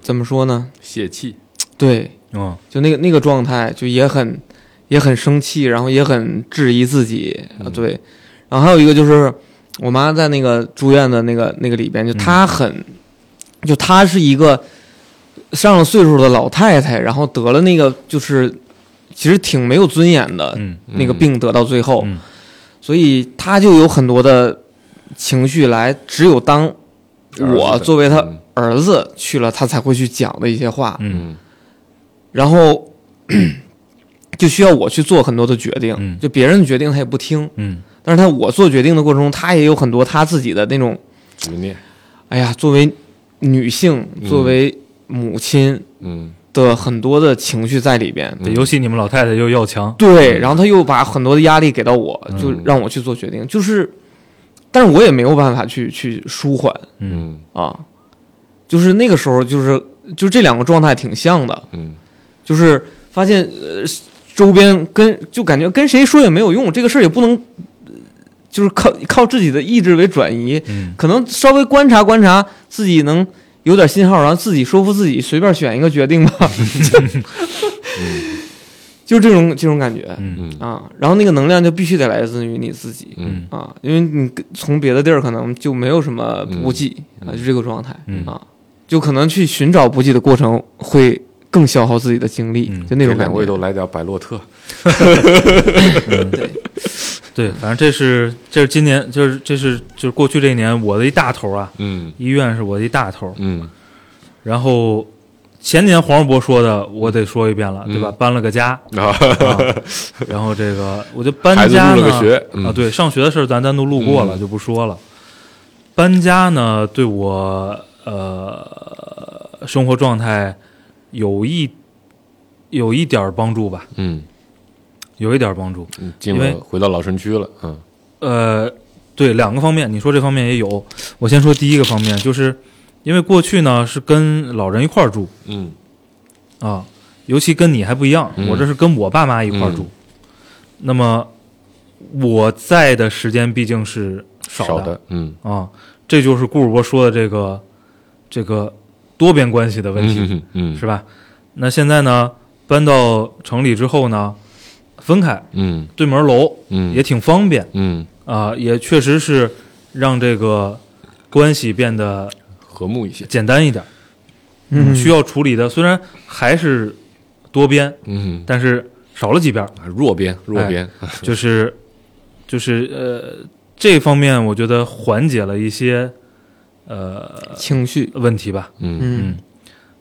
[SPEAKER 3] 怎么说呢？
[SPEAKER 5] 泄气，
[SPEAKER 3] 对，
[SPEAKER 4] 嗯
[SPEAKER 3] 就那个那个状态，就也很也很生气，然后也很质疑自己，
[SPEAKER 4] 嗯
[SPEAKER 3] 啊对。然后还有一个就是，我妈在那个住院的那个那个里
[SPEAKER 4] 嗯
[SPEAKER 3] 边，就她很，就她是一个上了岁数的老太太，然后得了那个就是其实挺没有尊严的，
[SPEAKER 5] 呃
[SPEAKER 4] 嗯
[SPEAKER 3] 那个病得到最
[SPEAKER 5] 哦
[SPEAKER 3] 后，
[SPEAKER 4] 嗯
[SPEAKER 3] 所以他就有很多的情绪来，只有当我作为他
[SPEAKER 5] 嗯
[SPEAKER 3] 儿子去了，他才会去讲的一些话。
[SPEAKER 4] 嗯
[SPEAKER 5] 嗯
[SPEAKER 3] 然后 [CLEARS THROAT] 就需要我去做很多的决定，
[SPEAKER 4] 嗯
[SPEAKER 3] 就别人的决定他也不听，
[SPEAKER 4] 嗯
[SPEAKER 3] 但是他我做决定的过程中，他也有很多他自己的那种，
[SPEAKER 5] 执念，
[SPEAKER 3] 哎呀，作为女性，
[SPEAKER 5] 嗯
[SPEAKER 3] 作为母亲
[SPEAKER 5] 嗯，
[SPEAKER 3] 的很多的情绪在里边，
[SPEAKER 5] 嗯
[SPEAKER 4] 尤其你们老太太又要强，
[SPEAKER 3] 对，然后他又把很多的压力给到我，
[SPEAKER 4] 嗯
[SPEAKER 3] 就让我去做决定，就是，但是我也没有办法去去舒缓
[SPEAKER 4] 嗯
[SPEAKER 5] 嗯
[SPEAKER 3] 啊，就是那个时候，就是就这两个状态挺像的，
[SPEAKER 5] 嗯
[SPEAKER 3] 就是发现呃周边跟就感觉跟谁说也没有用，这个事儿也不能，呃就是靠靠自己的意志为转移，
[SPEAKER 4] 嗯
[SPEAKER 3] 可能稍微观察观察自己能有点信号，然后自己说服自己随便选一个决定
[SPEAKER 4] [LAUGHS]
[SPEAKER 3] 吧， [LAUGHS] 就这种这种感觉
[SPEAKER 4] 嗯
[SPEAKER 5] 嗯
[SPEAKER 3] 啊，然后那个能量就必须得来自于你自己
[SPEAKER 5] 嗯
[SPEAKER 3] 啊，因为你跟从别的地儿可能就没有什么补给
[SPEAKER 5] 嗯
[SPEAKER 3] 啊，就这个状态
[SPEAKER 4] 嗯
[SPEAKER 3] 啊，就可能去寻找补给的过程会更消耗自己的精力
[SPEAKER 4] 嗯，
[SPEAKER 3] 就那
[SPEAKER 5] 给
[SPEAKER 3] 种感
[SPEAKER 5] 两位
[SPEAKER 3] 觉
[SPEAKER 5] 都。来点白洛特，
[SPEAKER 3] 对，
[SPEAKER 4] 对，反正这是这是今年就是这是就是过去这一年我的一大头啊，
[SPEAKER 5] 嗯
[SPEAKER 4] 医院是我的一大头，
[SPEAKER 5] 嗯
[SPEAKER 4] 然后前年黄世博说的我得说一遍
[SPEAKER 5] 嗯
[SPEAKER 4] 了，对吧？搬了个
[SPEAKER 5] [LAUGHS]
[SPEAKER 4] 家，
[SPEAKER 5] 啊，
[SPEAKER 4] 啊，然后这个我就搬
[SPEAKER 5] 孩子
[SPEAKER 4] 家
[SPEAKER 5] 入
[SPEAKER 4] 呢
[SPEAKER 5] 了个学嗯
[SPEAKER 4] 啊，对，上学的事儿咱单独路过了、
[SPEAKER 5] 嗯
[SPEAKER 4] 就不说了。搬家呢，对我呃生活状态有一有一点儿帮助吧，
[SPEAKER 5] 嗯，
[SPEAKER 4] 有一点儿帮助。
[SPEAKER 5] 嗯进
[SPEAKER 4] 因为
[SPEAKER 5] 了回到老城区了，嗯
[SPEAKER 4] 呃，对，两个方面，你说这方面也有。我先说第一个方面，就是因为过去呢是跟老人一块儿住
[SPEAKER 5] 嗯
[SPEAKER 4] 啊，尤其跟你还不一样，
[SPEAKER 5] 嗯
[SPEAKER 4] 我这是跟我爸妈一块儿住。那么我在的时间毕竟是
[SPEAKER 5] 少
[SPEAKER 4] 少的，
[SPEAKER 5] 嗯
[SPEAKER 4] 啊，这就是顾主播说的这个这个多边关系的问题，
[SPEAKER 5] 嗯嗯
[SPEAKER 4] 是吧？那现在呢，搬到城里之后呢，分开
[SPEAKER 5] 嗯
[SPEAKER 4] 对门楼
[SPEAKER 5] 嗯
[SPEAKER 4] 也挺方便
[SPEAKER 5] 嗯
[SPEAKER 4] 啊、也确实是让这个关系变得
[SPEAKER 5] 和睦一些，
[SPEAKER 4] 简单一点。
[SPEAKER 3] 嗯，
[SPEAKER 4] 需要处理的虽然还是多边，
[SPEAKER 5] 嗯，
[SPEAKER 4] 但是少了几
[SPEAKER 5] [LAUGHS]
[SPEAKER 4] 边儿，
[SPEAKER 5] 弱边弱边，
[SPEAKER 4] 就是就是呃，这方面我觉得缓解了一些呃
[SPEAKER 3] 情绪，
[SPEAKER 4] 问题吧。
[SPEAKER 5] 嗯
[SPEAKER 3] 嗯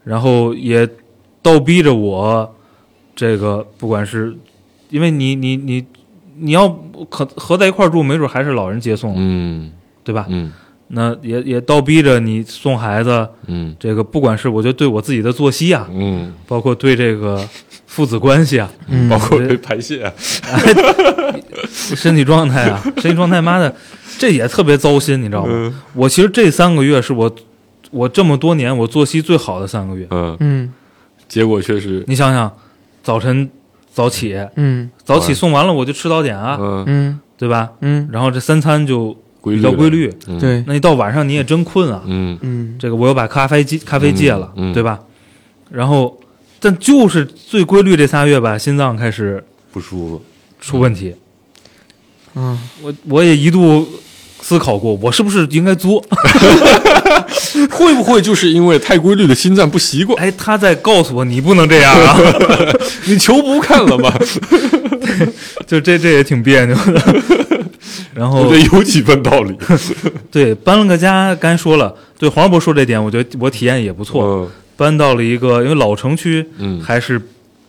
[SPEAKER 4] 然后也倒逼着我这个不管是因为你你你你要可合在一块儿住，没准还是老人接送，
[SPEAKER 5] 嗯
[SPEAKER 4] 对吧？
[SPEAKER 5] 嗯
[SPEAKER 4] 那也也倒逼着你送孩子，
[SPEAKER 5] 嗯
[SPEAKER 4] 这个不管是我觉得对我自己的作息啊，
[SPEAKER 5] 嗯，
[SPEAKER 4] 包括对这个父子关系啊，
[SPEAKER 3] 嗯，
[SPEAKER 5] 包括被排泄，啊
[SPEAKER 4] [LAUGHS] 身体状态
[SPEAKER 5] [LAUGHS]
[SPEAKER 4] 啊，身体状态，妈的，这也特别糟心，你知道吗？
[SPEAKER 5] 嗯
[SPEAKER 4] 我其实这三个月是我我这么多年我作息最好的三个月。
[SPEAKER 5] 嗯，
[SPEAKER 3] 嗯
[SPEAKER 5] 结果确实，
[SPEAKER 4] 你想想，早晨早起，
[SPEAKER 3] 嗯
[SPEAKER 4] 早起送完了我就吃早点啊，
[SPEAKER 5] 嗯，
[SPEAKER 3] 嗯
[SPEAKER 4] 对吧？
[SPEAKER 3] 嗯，
[SPEAKER 4] 然后这三餐就
[SPEAKER 5] 规
[SPEAKER 4] 比
[SPEAKER 5] 律
[SPEAKER 4] 较
[SPEAKER 5] 了
[SPEAKER 4] 规律。，
[SPEAKER 5] 嗯，
[SPEAKER 3] 对，
[SPEAKER 4] 那你到晚上你也真困啊，
[SPEAKER 5] 嗯
[SPEAKER 3] 嗯
[SPEAKER 4] 这个我又把咖啡戒咖啡戒了，
[SPEAKER 5] 嗯嗯
[SPEAKER 4] 对吧？然后，但就是最规律这仨月吧，心脏开始
[SPEAKER 5] 不舒服，
[SPEAKER 4] 出问
[SPEAKER 5] 嗯
[SPEAKER 4] 题。
[SPEAKER 3] 啊，
[SPEAKER 4] 我我也一度思考过，我是不是应该作？
[SPEAKER 5] 会不会就是因为太规律的心脏不习惯？
[SPEAKER 4] 嗯哎，他在告诉我你不能这样啊， [LAUGHS]
[SPEAKER 5] 你球不看了吗？
[SPEAKER 4] 就这这也挺别扭的。 [LAUGHS] 然后
[SPEAKER 5] 我觉得有几分道理。
[SPEAKER 4] 对搬了个家，刚才说了，对黄世博说这点，我觉得我体验也不错。
[SPEAKER 5] 嗯
[SPEAKER 4] 搬到了一个因为老城区，
[SPEAKER 5] 嗯
[SPEAKER 4] 还是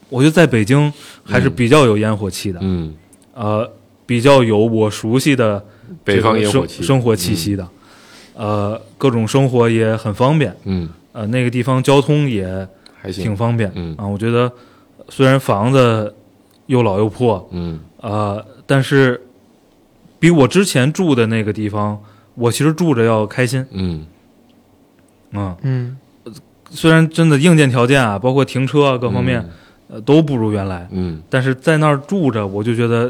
[SPEAKER 4] 我觉得在北京还是比较有烟火气的，
[SPEAKER 5] 嗯，
[SPEAKER 4] 呃，比较有我熟悉的
[SPEAKER 5] 北方烟
[SPEAKER 4] 这
[SPEAKER 5] 火
[SPEAKER 4] 个
[SPEAKER 5] 气，
[SPEAKER 4] 生生活气息的，呃，各种生活也很方便，
[SPEAKER 5] 嗯，
[SPEAKER 4] 呃，那个地方交通也
[SPEAKER 5] 还行，
[SPEAKER 4] 挺方便，
[SPEAKER 5] 嗯
[SPEAKER 4] 啊，我觉得虽然房子又老又破，
[SPEAKER 5] 嗯
[SPEAKER 4] 呃，但是比我之前住的那个地方，我其实住着要开心，
[SPEAKER 5] 嗯
[SPEAKER 4] 嗯，
[SPEAKER 3] 嗯
[SPEAKER 4] 虽然真的硬件条件啊，包括停车啊各方面，呃，都不如原来，
[SPEAKER 5] 嗯，
[SPEAKER 4] 但是在那儿住着，我就觉得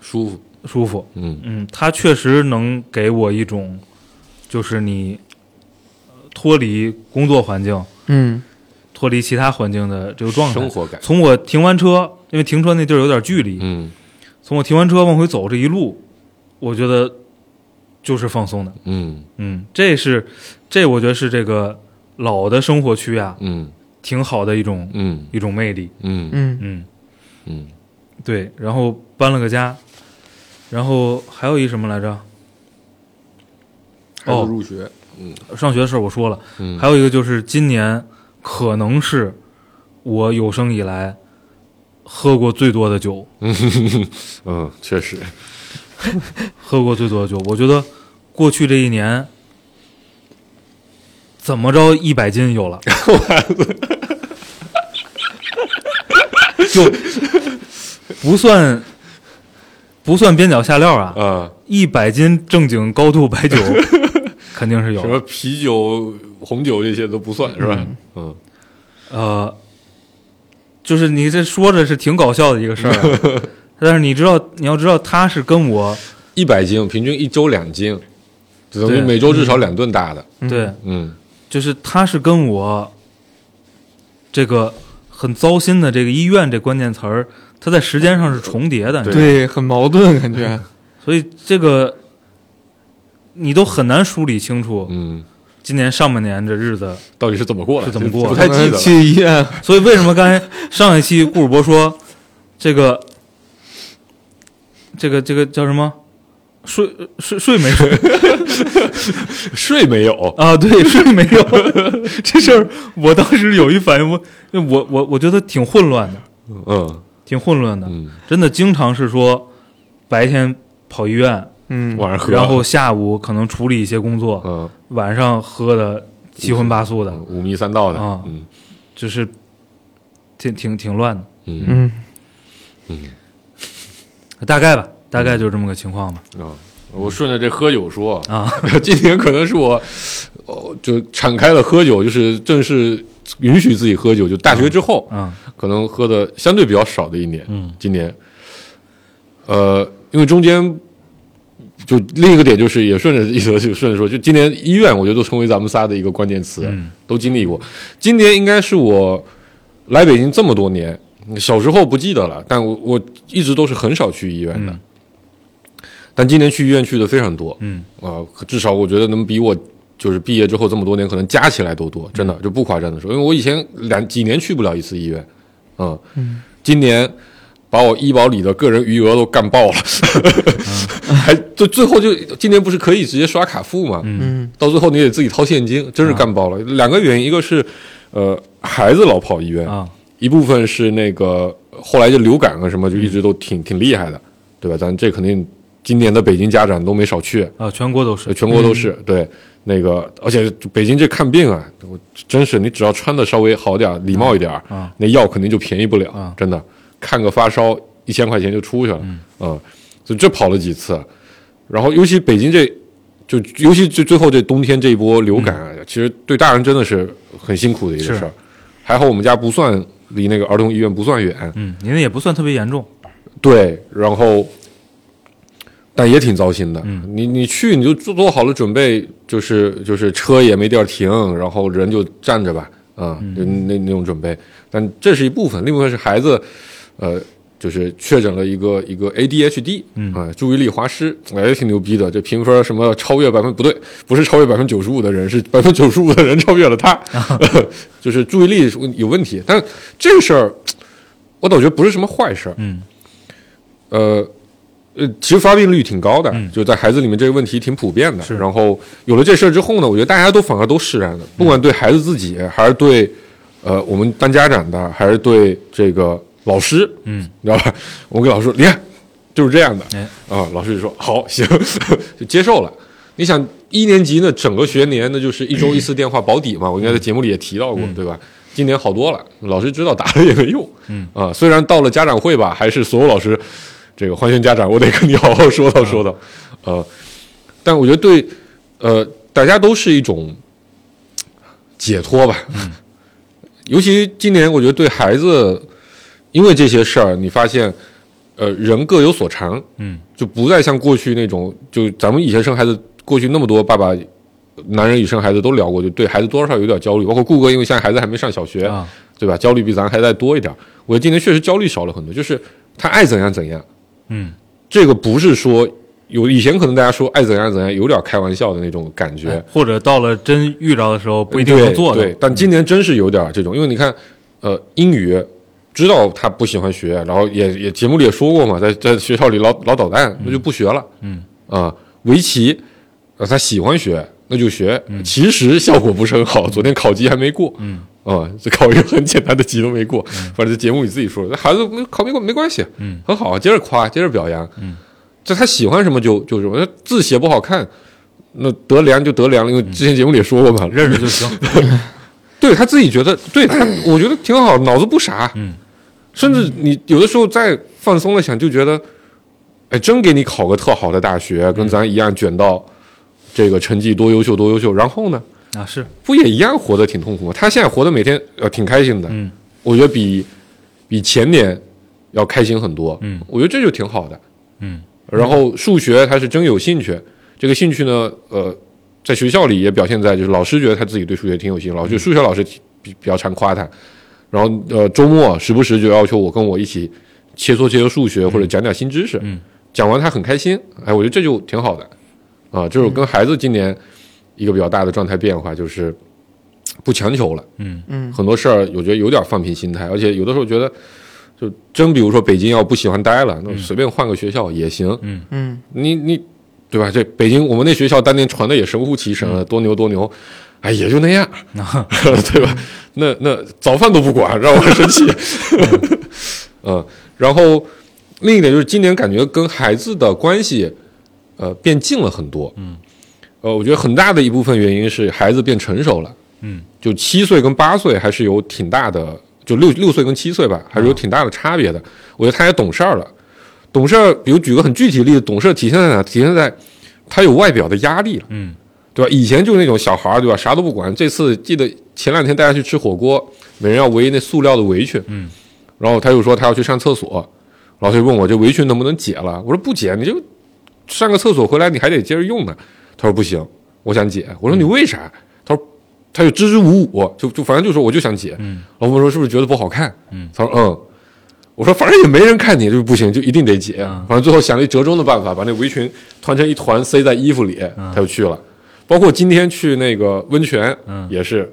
[SPEAKER 5] 舒服，
[SPEAKER 4] 舒服。
[SPEAKER 5] 嗯
[SPEAKER 4] 嗯，它确实能给我一种，就是你呃脱离工作环境、
[SPEAKER 3] 嗯
[SPEAKER 4] 脱离其他环境的这个状态。
[SPEAKER 5] 生活感，
[SPEAKER 4] 从我停完车，因为停车那地儿有点距离，
[SPEAKER 5] 嗯
[SPEAKER 4] 从我停完车往回走这一路，我觉得就是放松的。
[SPEAKER 5] 嗯
[SPEAKER 4] 嗯，这是这我觉得是这个老的生活区啊，
[SPEAKER 5] 嗯
[SPEAKER 4] 挺好的一种、
[SPEAKER 5] 嗯
[SPEAKER 4] 一种魅力。
[SPEAKER 5] 嗯
[SPEAKER 3] 嗯
[SPEAKER 4] 嗯，
[SPEAKER 5] 嗯，
[SPEAKER 4] 对。然后搬了个家，然后还有一什么来着？哦
[SPEAKER 5] 还有入学， [LAUGHS] 嗯
[SPEAKER 4] 上学的事儿我说了，
[SPEAKER 5] 嗯，
[SPEAKER 4] 还有一个就是今年可能是我有生以来喝过最多的酒，
[SPEAKER 5] 嗯，确实，
[SPEAKER 4] 喝过最多的酒。我觉得过去这一年，怎么着一百斤有了，就不算不算边角下料啊，
[SPEAKER 5] 啊，
[SPEAKER 4] 一百斤正经高度白酒肯定是有
[SPEAKER 5] 什
[SPEAKER 4] 的。
[SPEAKER 5] 么啤酒、红酒这些都不算是吧？嗯，
[SPEAKER 4] 呃，就是你这说着是挺搞笑的一个事儿啊、但是你知道，你要知道他是跟我
[SPEAKER 5] 一百斤，平均一周两斤，等于
[SPEAKER 4] 对
[SPEAKER 5] 每周至少两顿大的。
[SPEAKER 4] 对。
[SPEAKER 5] 嗯
[SPEAKER 4] 就是他是跟我这个很糟心的这个医院这关键词儿，它在时间上是重叠的，
[SPEAKER 5] 对
[SPEAKER 3] 对，很矛盾感觉。
[SPEAKER 4] 所以这个你都很难梳理清楚
[SPEAKER 5] 嗯，
[SPEAKER 4] 今年上半年这日子。
[SPEAKER 5] 到底是怎么过的？
[SPEAKER 4] 是怎么过的
[SPEAKER 5] [LAUGHS] 不太记得了。
[SPEAKER 3] 去医院，
[SPEAKER 5] [LAUGHS]
[SPEAKER 4] 所以为什么刚才上一期顾主播说这个这个这个叫什么睡睡睡没睡
[SPEAKER 5] 睡没有？
[SPEAKER 4] [LAUGHS] 啊？对，睡没有 [LAUGHS] 这事儿，我当时有一反应，我我我我觉得挺混乱的，
[SPEAKER 5] 嗯
[SPEAKER 4] 挺混乱的。
[SPEAKER 5] 嗯，
[SPEAKER 4] 真的经常是说白天跑医院，
[SPEAKER 3] 嗯，
[SPEAKER 5] 晚上喝，
[SPEAKER 4] 然后下午可能处理一些工作，
[SPEAKER 5] 嗯，
[SPEAKER 4] 晚上喝的七荤八素的，
[SPEAKER 5] 五迷三道的
[SPEAKER 4] 啊。
[SPEAKER 5] 嗯
[SPEAKER 4] 就是挺挺挺乱的，
[SPEAKER 5] 嗯
[SPEAKER 3] 嗯，
[SPEAKER 4] 大概吧，大概就这么个情况吧。
[SPEAKER 5] 啊，我顺着这喝酒说
[SPEAKER 4] 啊，
[SPEAKER 5] [LAUGHS] 今年可能是我，哦，就敞开了喝酒，就是正式允许自己喝酒，就大学之后，
[SPEAKER 4] 嗯
[SPEAKER 5] 可能喝的相对比较少的一年。
[SPEAKER 4] 嗯
[SPEAKER 5] 今年，呃，因为中间就另一个点就是也顺着一说就顺着说，就今年医院我觉得都成为咱们仨的一个关键词，
[SPEAKER 4] 嗯
[SPEAKER 5] 都经历过。今年应该是我来北京这么多年，小时候不记得了，但我我一直都是很少去医院的，
[SPEAKER 4] 嗯
[SPEAKER 5] 但今年去医院去的非常多，
[SPEAKER 4] 嗯
[SPEAKER 5] 啊、至少我觉得能比我就是毕业之后这么多年可能加起来都
[SPEAKER 4] 嗯
[SPEAKER 5] 多，真的就不夸张的说，因为我以前两几年去不了一次医院，嗯，今年把我医保里的个人余额都干爆了， [LAUGHS] 还最最后就今年不是可以直接刷卡付嘛，
[SPEAKER 4] 嗯
[SPEAKER 5] 到最后你得自己掏现金，真是干爆了。两个原因，一个是呃孩子老跑医院，
[SPEAKER 4] 啊，
[SPEAKER 5] 一部分是那个后来就流感啊什么，就一直都挺、挺厉害的，对吧？咱这肯定今年的北京家长都没少去，
[SPEAKER 4] 啊，全国都是，
[SPEAKER 5] 全国都是、
[SPEAKER 4] 嗯
[SPEAKER 5] 对。那个，而且北京这看病啊，我真是你只要穿的稍微好点儿、礼貌一点儿，
[SPEAKER 4] 啊
[SPEAKER 5] 那药肯定就便宜不了，
[SPEAKER 4] 啊
[SPEAKER 5] 真的。看个发烧一千块钱就出去了，嗯、所以这跑了几次，然后尤其北京这，就尤其最最后这冬天这一波流感啊，其实对大人真的是很辛苦的一个
[SPEAKER 4] 嗯是
[SPEAKER 5] 事儿。还好我们家不算离那个儿童医院不算远，
[SPEAKER 4] 嗯，您也不算特别严重，
[SPEAKER 5] 对，然后，但也挺糟心的。
[SPEAKER 4] 嗯
[SPEAKER 5] 你你去你就做做好了准备，就是就是车也没地儿停，然后人就站着吧，啊、
[SPEAKER 4] 嗯
[SPEAKER 5] 就那那种准备。但这是一部分，另一部分是孩子，呃，就是确诊了一个一个 ADHD，
[SPEAKER 4] 嗯
[SPEAKER 5] 啊、注意力滑失，哎，也挺牛逼的。这评分什么超越百分不对，不是超越百分九十五的人，是百分九十五的人超越了
[SPEAKER 4] [LAUGHS]
[SPEAKER 5] 他，就是注意力有问题。但这个事儿，我倒觉得不是什么坏事儿。
[SPEAKER 4] 嗯
[SPEAKER 5] 呃，呃，其实发病率挺高的，
[SPEAKER 4] 嗯
[SPEAKER 5] 就在孩子里面这个问题挺普遍的。然后有了这事儿之后呢，我觉得大家都反而都释然了，
[SPEAKER 4] 嗯
[SPEAKER 5] 不管对孩子自己，还是对呃我们当家长的，还是对这个老师，
[SPEAKER 4] 嗯，
[SPEAKER 5] 你知道吧？ [LAUGHS] 我跟老师说，你看就是这样的，
[SPEAKER 4] 哎
[SPEAKER 5] 啊，老师就说好行， [LAUGHS] 就接受了。你想一年级呢，整个学年那就是一周一次电话保底嘛，我应该在节目里也提到过，对吧？今年好多了，老师知道打了也没用，
[SPEAKER 4] 嗯
[SPEAKER 5] 啊，虽然到了家长会吧，还是所有老师这个欢迎家长，我得跟你好好说道说道，呃，但我觉得对，呃，大家都是一种解脱吧，尤其今年我觉得对孩子，因为这些事儿，你发现，呃，人各有所长，
[SPEAKER 4] 嗯
[SPEAKER 5] 就不再像过去那种，就咱们以前生孩子，过去那么多爸爸，男人与生孩子都聊过，就对孩子多少有点焦虑。包括顾哥，因为现在孩子还没上小学，
[SPEAKER 4] 啊，
[SPEAKER 5] 对吧？焦虑比咱还再多一点。我觉得今年确实焦虑少了很多，就是他爱怎样怎样。
[SPEAKER 4] 嗯
[SPEAKER 5] 这个不是说有以前可能大家说爱怎样怎样，有点开玩笑的那种感觉，
[SPEAKER 4] 或者到了真遇着的时候不一定
[SPEAKER 5] 对
[SPEAKER 4] 能做
[SPEAKER 5] 对
[SPEAKER 4] 的，，
[SPEAKER 5] 但今年真是有点这种，因为你看，呃，英语知道他不喜欢学，然后也也节目里也说过嘛，在在学校里老老捣蛋，那就不学了。
[SPEAKER 4] 嗯
[SPEAKER 5] 啊、围棋，呃，他喜欢学那就学，其实效果不是很好，昨天考级还没过。
[SPEAKER 4] 嗯
[SPEAKER 5] 啊、这考一个很简单的题都没过，反正节目你自己说，那孩子没考没过没关系，
[SPEAKER 4] 嗯，
[SPEAKER 5] 很好，啊接着夸，接着表扬，
[SPEAKER 4] 嗯，
[SPEAKER 5] 这他喜欢什么就就什么，那字写不好看，那得凉就得凉
[SPEAKER 4] 嗯
[SPEAKER 5] 了，因为之前节目里也说
[SPEAKER 4] [LAUGHS]
[SPEAKER 5] 过嘛，
[SPEAKER 4] 认识就行。
[SPEAKER 5] [LAUGHS] 对他自己觉得，对他，我觉得挺好，脑子不傻，
[SPEAKER 4] 嗯，
[SPEAKER 5] 甚至你有的时候再放松了想，就觉得，哎，真给你考个特好的大学，跟咱一样卷到这个成绩多优秀多优秀，然后呢，
[SPEAKER 4] 啊是，
[SPEAKER 5] 不也一样活得挺痛苦吗？他现在活得每天呃挺开心的，
[SPEAKER 4] 嗯，
[SPEAKER 5] 我觉得比比前年要开心很多，
[SPEAKER 4] 嗯，
[SPEAKER 5] 我觉得这就挺好的，
[SPEAKER 4] 嗯，
[SPEAKER 5] 然后数学他是真有兴趣，这个兴趣呢，呃，在学校里也表现在就是老师觉得他自己对数学挺有兴趣，
[SPEAKER 4] 嗯
[SPEAKER 5] 老师数学老师比比较常夸他，然后呃周末时不时就要求我跟我一起切磋切磋数学或者讲讲新知识，
[SPEAKER 4] 嗯
[SPEAKER 5] 讲完他很开心，哎，我觉得这就挺好的，啊，这是我
[SPEAKER 4] 嗯
[SPEAKER 5] 跟孩子今年一个比较大的状态变化，就是不强求了。
[SPEAKER 4] 嗯
[SPEAKER 3] 嗯
[SPEAKER 5] 很多事儿我觉得有点放平心态，而且有的时候觉得，就真比如说北京要不喜欢待了，那随便换个学校也行。
[SPEAKER 3] 嗯
[SPEAKER 5] 你你对吧？这北京我们那学校当年传的也神乎其神了，多牛多牛，哎，也就那样， [LAUGHS] 对吧？那那早饭都不管，让我很生气。嗯，然后另一点就是今年感觉跟孩子的关系，呃，变近了很多。嗯，呃，我觉得很大的一部分原因是孩子变成熟了。
[SPEAKER 4] 嗯，
[SPEAKER 5] 就七岁跟八岁还是有挺大的，就六六岁跟七岁吧，还是有挺大的差别的。我觉得他也懂事儿了，懂事儿。比如举个很具体的例子，懂事儿体现在哪？体现在他有外表的压力了。
[SPEAKER 4] 嗯
[SPEAKER 5] 对吧？以前就是那种小孩儿，对吧？啥都不管。这次记得前两天带他去吃火锅，每人要围那塑料的围裙，
[SPEAKER 4] 嗯，
[SPEAKER 5] 然后他就说他要去上厕所，老师就问我这围裙能不能解了？我说不解，你就上个厕所回来你还得接着用呢。他说不行，我想解。我说
[SPEAKER 4] 嗯
[SPEAKER 5] 你为啥？他说他就支支吾吾，就就反正就说我就想解。
[SPEAKER 4] 嗯，
[SPEAKER 5] 老婆说是不是觉得不好看？
[SPEAKER 4] 嗯，
[SPEAKER 5] 他说嗯。我说反正也没人看你，就不行，就一定得解。
[SPEAKER 4] 嗯
[SPEAKER 5] 反正最后想了一折中的办法，把那围裙团成一团塞在衣服里，他就去了。包括今天去那个温泉，
[SPEAKER 4] 嗯
[SPEAKER 5] 也是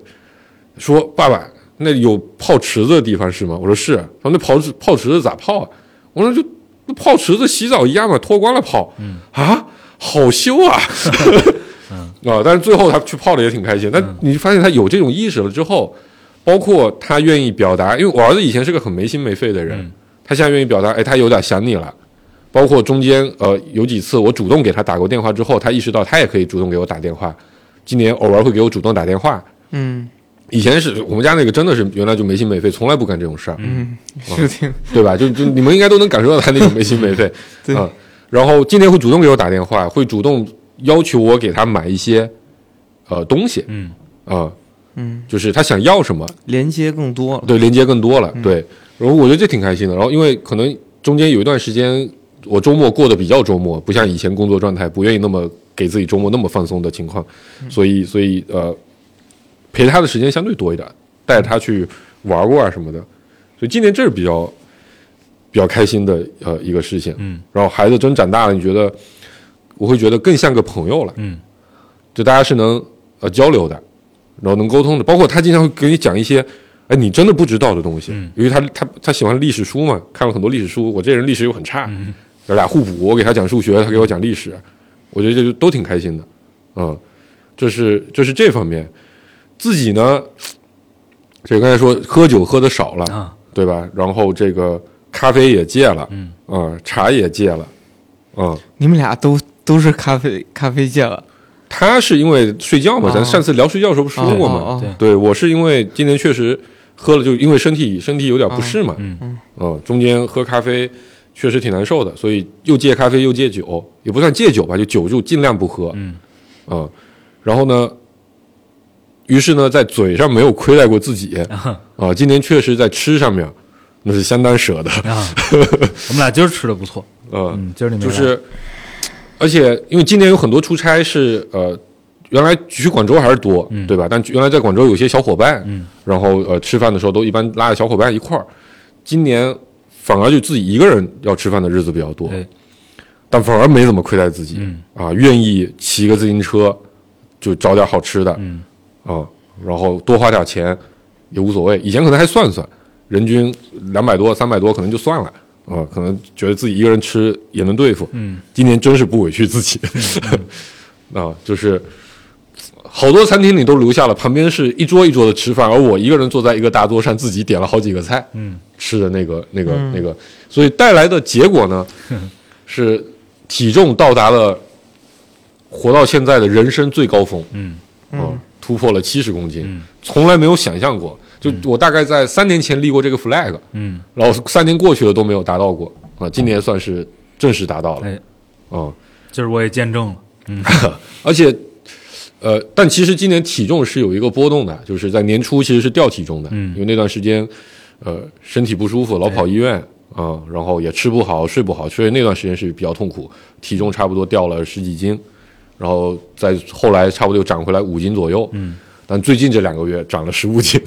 [SPEAKER 5] 说爸爸那有泡池子的地方是吗？我说是。啊他说那泡池泡池子咋泡啊？我说就那泡池子洗澡一样嘛，脱光了泡。嗯啊，好羞
[SPEAKER 4] [LAUGHS]
[SPEAKER 5] 啊。啊，但是最后他去泡的也挺开心。但
[SPEAKER 4] 嗯
[SPEAKER 5] 你发现他有这种意识了之后，包括他愿意表达，因为我儿子以前是个很没心没肺的人，
[SPEAKER 4] 嗯
[SPEAKER 5] 他现在愿意表达，哎，他有点想你了。包括中间呃有几次我主动给他打过电话之后，他意识到他也可以主动给我打电话。今年偶尔会给我主动打电话，
[SPEAKER 3] 嗯
[SPEAKER 5] 以前是我们家那个真的是原来就没心没肺，从来不干这种事儿，
[SPEAKER 3] 嗯，是挺
[SPEAKER 5] 对吧？就就你们应该都能感受到他那种没心
[SPEAKER 3] [LAUGHS]
[SPEAKER 5] 没肺
[SPEAKER 3] 对
[SPEAKER 5] 啊、然后今天会主动给我打电话，会主动要求我给他买一些呃东西
[SPEAKER 4] 嗯
[SPEAKER 5] 啊、
[SPEAKER 3] 嗯
[SPEAKER 5] 就是他想要什么，
[SPEAKER 3] 连接更多了。
[SPEAKER 5] 对，连接更多了，
[SPEAKER 4] 嗯
[SPEAKER 5] 对。然后我觉得这挺开心的。然后因为可能中间有一段时间，我周末过得比较周末，不像以前工作状态，不愿意那么给自己周末那么放松的情况，
[SPEAKER 4] 嗯
[SPEAKER 5] 所以所以呃，陪他的时间相对多一点，带着他去玩过啊什么的。所以今年这是比较比较开心的呃一个事情。
[SPEAKER 4] 嗯
[SPEAKER 5] 然后孩子真长大了，你觉得我会觉得更像个朋友了。
[SPEAKER 4] 嗯
[SPEAKER 5] 就大家是能呃交流的，然后能沟通的。包括他经常会给你讲一些，哎，你真的不知道的东西。
[SPEAKER 4] 嗯
[SPEAKER 5] 由于他他他喜欢历史书嘛，看了很多历史书。我这人历史又很差，咱俩互补，我给他讲数学，他给我讲历史，我觉得这就都挺开心的。嗯，这是这是这方面。自己呢，这刚才说喝酒喝的少了，
[SPEAKER 4] 啊
[SPEAKER 5] 对吧？然后这个咖啡也戒了，
[SPEAKER 4] 嗯
[SPEAKER 5] 嗯，茶也戒了，嗯。
[SPEAKER 3] 你们俩都都是咖啡咖啡界了，
[SPEAKER 5] 他是因为睡觉嘛，
[SPEAKER 3] 哦
[SPEAKER 5] 咱上次聊睡觉的时候不是说过嘛，
[SPEAKER 3] 哦哦
[SPEAKER 5] [LAUGHS]
[SPEAKER 4] 对
[SPEAKER 5] 对我是因为今年确实喝了，就因为身体身体有点不适嘛，
[SPEAKER 4] 嗯
[SPEAKER 5] 嗯，中间喝咖啡确实挺难受的，所以又戒咖啡又戒酒，也不算戒酒吧，就酒就尽量不喝，
[SPEAKER 4] 嗯
[SPEAKER 5] 嗯，然后呢，于是呢，在嘴上没有亏待过自己
[SPEAKER 4] 嗯
[SPEAKER 5] 啊、今年确实在吃上面那是相当舍的，
[SPEAKER 4] 啊，我们俩今儿吃的不错，
[SPEAKER 5] 嗯，
[SPEAKER 4] 嗯，今儿你没
[SPEAKER 5] 就
[SPEAKER 4] 来
[SPEAKER 5] 是，而且因为今年有很多出差是呃，原来去广州还是多，对吧？但原来在广州有些小伙伴，
[SPEAKER 4] 嗯
[SPEAKER 5] 然后呃吃饭的时候都一般拉着小伙伴一块儿，今年反而就自己一个人要吃饭的日子比较多，
[SPEAKER 4] 对
[SPEAKER 5] 但反而没怎么亏待自己、
[SPEAKER 4] 哎嗯
[SPEAKER 5] 啊，愿意骑个自行车就找点好吃的，
[SPEAKER 4] 嗯
[SPEAKER 5] 啊，然后多花点钱也无所谓。以前可能还算算，人均两百多、三百多，可能就算了啊，可能觉得自己一个人吃也能对付。
[SPEAKER 4] 嗯
[SPEAKER 5] [LAUGHS] 今年真是不委屈自己，啊，就是好多餐厅里都留下了，旁边是一桌一桌的吃饭，而我一个人坐在一个大桌上，自己点了好几个菜，嗯，吃的那个那个
[SPEAKER 4] 嗯
[SPEAKER 5] 那个，所以带来的结
[SPEAKER 4] [LAUGHS]
[SPEAKER 5] 果呢，是体重到达了活到现在的人生最高峰，
[SPEAKER 4] 嗯
[SPEAKER 5] 嗯，突破了七十公斤，从来没有想象过，就我大概在三年前立过这个 flag，
[SPEAKER 4] 嗯，
[SPEAKER 5] 然后三年过去了都没有达到过啊，今年算是正式达到了，
[SPEAKER 4] 哎，
[SPEAKER 5] 嗯。
[SPEAKER 4] 今儿我也见证了，
[SPEAKER 5] 而且，呃，但其实今年体重是有一个波动的，就是在年初其实是掉体重的，
[SPEAKER 4] 嗯
[SPEAKER 5] 因为那段时间，呃，身体不舒服，老跑医院啊、然后也吃不好，睡不好，所以那段时间是比较痛苦，体重差不多掉了十几斤，然后再后来差不多又涨回来五斤左右，嗯，但最近这两个月涨了十五斤，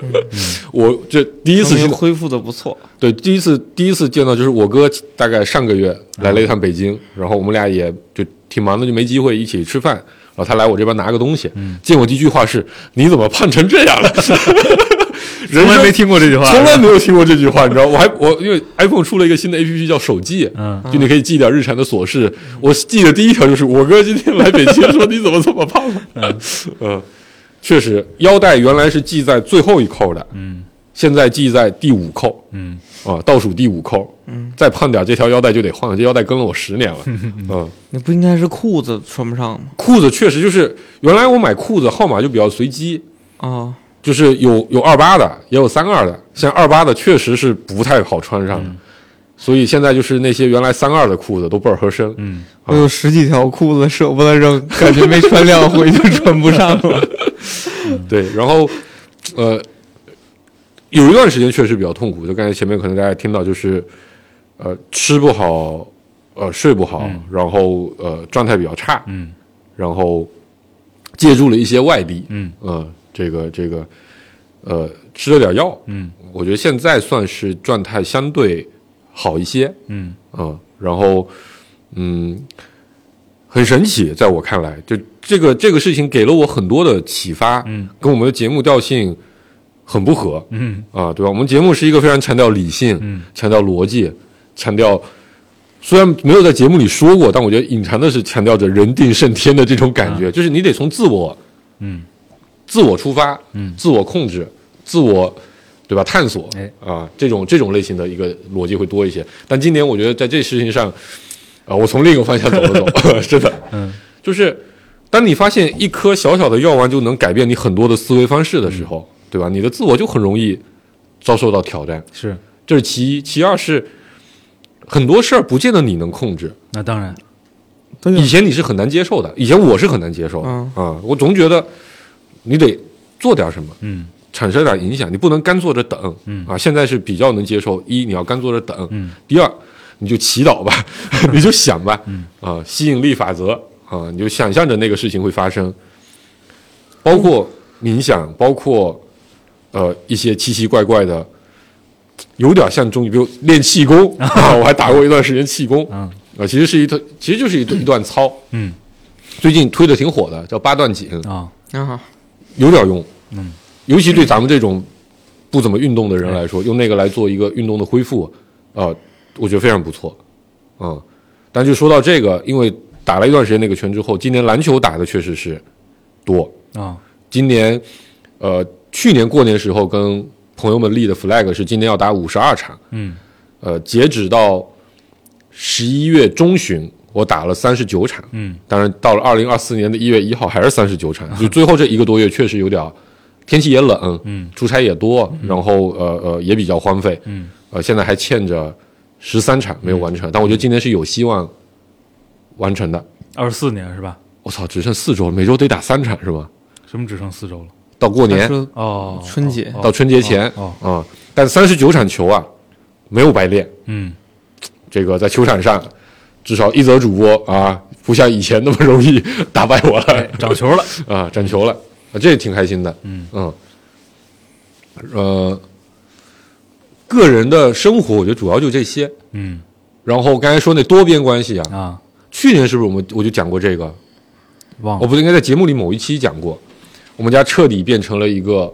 [SPEAKER 5] [LAUGHS] 我这第一
[SPEAKER 3] 说
[SPEAKER 5] 次
[SPEAKER 3] 明
[SPEAKER 5] 是
[SPEAKER 3] 恢复的不错。
[SPEAKER 5] 对，第一次第一次见到就是我哥，大概上个月来了一趟北京，
[SPEAKER 4] 嗯
[SPEAKER 5] 然后我们俩也就挺忙的，就没机会一起吃饭。然后他来我这边拿个东西，
[SPEAKER 4] 嗯
[SPEAKER 5] 见我第一句话是：“你怎么胖成这样了？” [LAUGHS] 人
[SPEAKER 4] 从来
[SPEAKER 5] 生
[SPEAKER 4] 没听过这句话，
[SPEAKER 5] [LAUGHS] 从来没有听过这句话，你知道？我还我因为 iPhone 出了一个新的 APP 叫手记，
[SPEAKER 4] 嗯，
[SPEAKER 5] 就你可以记点日常的琐事。我记得第一条就是我哥今天来北京说你怎么这么胖了？嗯，确实腰带原来是系在最后一扣的，
[SPEAKER 4] 嗯
[SPEAKER 5] 现在系在第五扣
[SPEAKER 4] 嗯
[SPEAKER 5] 啊，倒数第五扣。嗯，再胖点这条腰带就得换了，这腰带跟了我十年
[SPEAKER 4] [LAUGHS]
[SPEAKER 5] 了。嗯，
[SPEAKER 3] 你不应该是裤子穿不上吗？
[SPEAKER 5] 裤子确实就是原来我买裤子号码就比较随机，
[SPEAKER 3] 哦，
[SPEAKER 5] 就是有有二八的，也有三二的。像二八的确实是不太好穿上的，所以现在就是那些原来三二的裤子都倍儿合身。
[SPEAKER 4] 嗯，
[SPEAKER 3] 我有十几条裤子舍不得扔，感觉没穿两回就穿不上了。
[SPEAKER 4] 嗯
[SPEAKER 5] 对，然后呃，有一段时间确实比较痛苦，就刚才前面可能大家也听到，就是呃吃不好，呃睡不好，然后呃状态比较差，
[SPEAKER 4] 嗯，
[SPEAKER 5] 然后借助了一些外力，
[SPEAKER 4] 嗯
[SPEAKER 5] 呃这个这个呃吃了点药，
[SPEAKER 4] 嗯
[SPEAKER 5] 我觉得现在算是状态相对好一些，
[SPEAKER 4] 嗯
[SPEAKER 5] 嗯，然后嗯，很神奇，在我看来，就这个这个事情给了我很多的启发，
[SPEAKER 4] 嗯，
[SPEAKER 5] 跟我们的节目调性很不合
[SPEAKER 4] 嗯
[SPEAKER 5] 啊，对吧？我们节目是一个非常强调理性，
[SPEAKER 4] 嗯
[SPEAKER 5] 强调逻辑，强调。虽然没有在节目里说过，但我觉得隐藏的是强调着人定胜天的这种感觉，就是你得从自我
[SPEAKER 4] 啊嗯
[SPEAKER 5] 自我出发，
[SPEAKER 4] 嗯
[SPEAKER 5] 自我控制，自我对吧？探索，
[SPEAKER 4] 哎
[SPEAKER 5] 啊，这种这种类型的一个逻辑会多一些。但今年我觉得在这事情上，啊，我从另一个方向走
[SPEAKER 4] [LAUGHS]
[SPEAKER 5] 了走，真的，
[SPEAKER 4] 嗯，
[SPEAKER 5] 就是当你发现一颗小小的药丸就能改变你很多的思维方式的时候，
[SPEAKER 4] 嗯
[SPEAKER 5] 对吧？你的自我就很容易遭受到挑战，
[SPEAKER 4] 是，
[SPEAKER 5] 这是其一。其二是很多事儿不见得你能控制，
[SPEAKER 4] 那当然，
[SPEAKER 3] 对啊
[SPEAKER 5] 以前你是很难接受的，以前我是很难接受的
[SPEAKER 3] 嗯
[SPEAKER 5] 啊，我总觉得你得做点什么。
[SPEAKER 4] 嗯
[SPEAKER 5] 产生点影响，你不能干坐着等，
[SPEAKER 4] 嗯
[SPEAKER 5] 啊，现在是比较能接受。一，你要干坐着等；
[SPEAKER 4] 嗯
[SPEAKER 5] 第二，你就祈
[SPEAKER 4] [LAUGHS]
[SPEAKER 5] 祷吧，你就想吧，
[SPEAKER 4] 嗯
[SPEAKER 5] 啊，吸引力法则啊，你就想象着那个事情会发生，包括冥想，包括呃一些奇奇怪怪的，有点像中医，比如练
[SPEAKER 4] [LAUGHS]
[SPEAKER 5] 气功啊，我还打过一段时间气功
[SPEAKER 4] 嗯
[SPEAKER 5] 啊，其实是一段，其实就是一段一段操，
[SPEAKER 4] 嗯
[SPEAKER 5] 最近推的挺火的，叫八段锦，
[SPEAKER 4] 啊，
[SPEAKER 3] [LAUGHS] 啊，
[SPEAKER 5] 有点用，
[SPEAKER 4] 嗯，
[SPEAKER 5] 尤其对咱们这种不怎么运动的人来说，用那个来做一个运动的恢复，啊、我觉得非常不错，嗯，但就说到这个，因为打了一段时间那个拳之后，今年篮球打的确实是多，
[SPEAKER 4] 啊
[SPEAKER 5] 今年呃去年过年时候跟朋友们立的 flag 是今年要打五十二场，
[SPEAKER 4] 嗯
[SPEAKER 5] 呃，截止到十一月中旬，我打了三十九场，
[SPEAKER 4] 嗯
[SPEAKER 5] 当然，到了二零二四年的一月一号，还是三十九场，就最后这一个多月确实有点儿，天气也冷，
[SPEAKER 4] 嗯，
[SPEAKER 5] 出差也多，然后呃呃也比较荒废，
[SPEAKER 4] 嗯
[SPEAKER 5] 呃，现在还欠着十三场没有完成，但我觉得今年是有希望完成的。
[SPEAKER 4] 二十四年是吧？
[SPEAKER 5] 我操，只剩四周，每周得打三场是吗？
[SPEAKER 4] 什么只剩四周了？
[SPEAKER 5] 到过
[SPEAKER 3] 他
[SPEAKER 5] 年
[SPEAKER 3] 说
[SPEAKER 4] 哦，
[SPEAKER 3] 春节
[SPEAKER 4] 哦
[SPEAKER 5] 到春节前
[SPEAKER 4] 哦，哦
[SPEAKER 5] 啊，但三十九场球啊，没有白练，
[SPEAKER 4] 嗯
[SPEAKER 5] 这个在球场上，至少一则主播啊，不像以前那么容易 [LAUGHS] 打败我了。
[SPEAKER 4] 长哎球了，
[SPEAKER 5] 啊，展球了，啊，这也挺开心的。
[SPEAKER 4] 嗯
[SPEAKER 5] 呃，个人的生活，我觉得主要就这些。
[SPEAKER 4] 嗯
[SPEAKER 5] 然后刚才说那多边关系啊，
[SPEAKER 4] 啊，
[SPEAKER 5] 去年是不是我们我就讲过这个？
[SPEAKER 4] 忘
[SPEAKER 5] 哦我
[SPEAKER 4] 了，
[SPEAKER 5] 不是应该在节目里某一期讲过，我们家彻底变成了一个，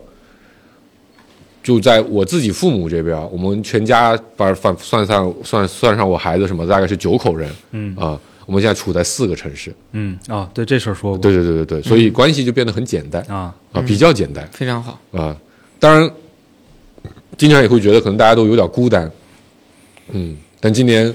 [SPEAKER 5] 就在我自己父母这边，我们全家把反算上算算上我孩子什么，大概是九口人。
[SPEAKER 4] 嗯
[SPEAKER 5] 啊，我们现在处在四个城市，
[SPEAKER 4] 嗯啊，对这事儿说过，
[SPEAKER 5] 对对对对对，所以关系就变得很简单
[SPEAKER 4] 啊，
[SPEAKER 5] 啊，比较简单
[SPEAKER 3] 非常好。
[SPEAKER 5] 啊。当然，经常也会觉得可能大家都有点孤单，嗯，但今年，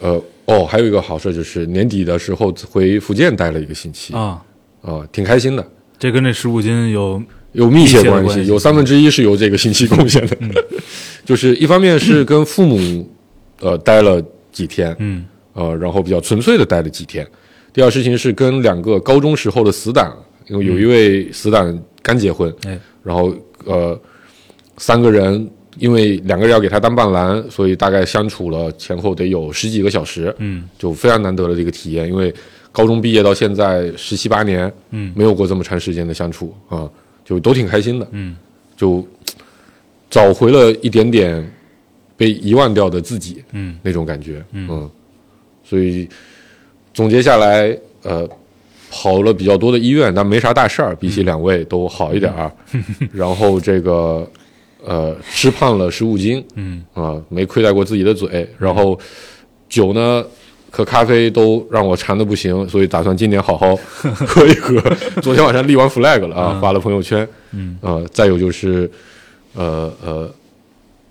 [SPEAKER 5] 呃，哦，还有一个好事就是年底的时候回福建待了一个星期啊、
[SPEAKER 4] 啊，
[SPEAKER 5] 挺开心的，
[SPEAKER 4] 这跟这十五斤有
[SPEAKER 5] 有密切
[SPEAKER 4] 密切的
[SPEAKER 5] 关
[SPEAKER 4] 关系嗯
[SPEAKER 5] 有三分之一是由这个信息贡献的， [LAUGHS] 就是一方面是跟父母呃待了几天，
[SPEAKER 4] 嗯
[SPEAKER 5] 呃，然后比较纯粹的待了几天。第二事情是跟两个高中时候的死党，因为有一位死党刚结婚，
[SPEAKER 4] 嗯哎
[SPEAKER 5] 然后呃三个人因为两个人要给他当伴郎，所以大概相处了前后得有十几个小时，
[SPEAKER 4] 嗯
[SPEAKER 5] 就非常难得的一个体验，因为高中毕业到现在十七八年，
[SPEAKER 4] 嗯
[SPEAKER 5] 没有过这么长时间的相处啊、就都挺开心的，
[SPEAKER 4] 嗯
[SPEAKER 5] 就找回了一点点被遗忘掉的自己
[SPEAKER 4] 嗯
[SPEAKER 5] 那种感觉，
[SPEAKER 4] 嗯
[SPEAKER 5] 所以总结下来，呃，跑了比较多的医院，但没啥大事儿，比起两位都好一点儿。
[SPEAKER 4] 嗯
[SPEAKER 5] [LAUGHS] 然后这个呃，吃胖了十五斤
[SPEAKER 4] 嗯
[SPEAKER 5] 啊、没亏待过自己的嘴。然后酒呢和咖啡都让我馋的不行，所以打算今年
[SPEAKER 4] [LAUGHS]
[SPEAKER 5] 好好喝一喝。昨天晚上立完 flag 了啊，发了朋友圈。
[SPEAKER 4] 嗯
[SPEAKER 5] 呃，再有就是呃呃，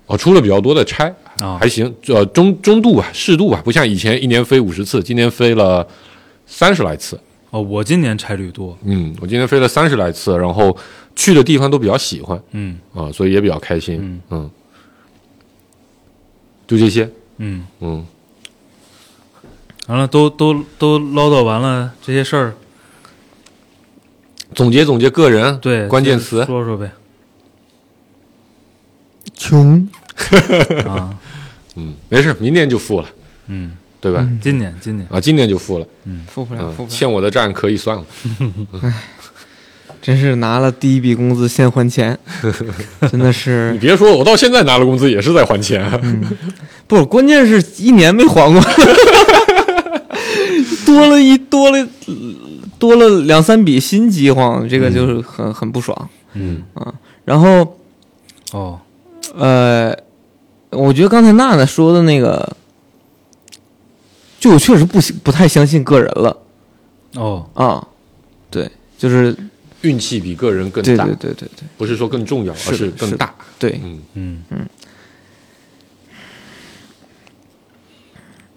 [SPEAKER 5] 哦，出了比较多的差。
[SPEAKER 4] 啊
[SPEAKER 5] 还行，呃，中中度吧，适度吧，不像以前一年飞五十次，今年飞了三十来次。
[SPEAKER 4] 哦，我今年差旅多，
[SPEAKER 5] 嗯，我今年飞了三十来次，然后去的地方都比较喜欢
[SPEAKER 4] 嗯
[SPEAKER 5] 啊、所以也比较开心。
[SPEAKER 4] 嗯
[SPEAKER 5] 就这些。
[SPEAKER 4] 嗯，
[SPEAKER 5] 嗯，
[SPEAKER 4] 完了都都都唠叨完了这些事儿，
[SPEAKER 5] 总结总结个人
[SPEAKER 4] 对
[SPEAKER 5] 关键词，
[SPEAKER 4] 说 [LAUGHS] 说呗
[SPEAKER 3] 穷，
[SPEAKER 4] 啊，
[SPEAKER 5] 嗯，没事，明年就付了，
[SPEAKER 4] 嗯，
[SPEAKER 5] 对吧？
[SPEAKER 4] 今年今年
[SPEAKER 5] 啊，今年就付了，
[SPEAKER 3] 付不了，付
[SPEAKER 5] 嗯，
[SPEAKER 3] 不了，
[SPEAKER 5] 欠我的账可以算了。
[SPEAKER 3] 真是拿了第一笔工资先还钱，真的
[SPEAKER 5] 你
[SPEAKER 3] 是
[SPEAKER 5] 别说，我到现在拿了工资也是在还钱，
[SPEAKER 3] 嗯不，关键是一年没还过，多了一多了多了两三笔新饥荒，这个就是很很不爽，
[SPEAKER 5] 嗯
[SPEAKER 3] 啊，然后。
[SPEAKER 4] 哦，
[SPEAKER 3] 呃，我觉得刚才娜娜说的那个，就我确实不不太相信个人了
[SPEAKER 4] 哦，
[SPEAKER 3] 啊。对，就是
[SPEAKER 5] 运气比个人更
[SPEAKER 3] 对
[SPEAKER 5] 大哦
[SPEAKER 3] 对，对对对，
[SPEAKER 5] 不是说更重要，而
[SPEAKER 3] 是的
[SPEAKER 5] 更大。。
[SPEAKER 3] 是的对，
[SPEAKER 5] 嗯。
[SPEAKER 4] 嗯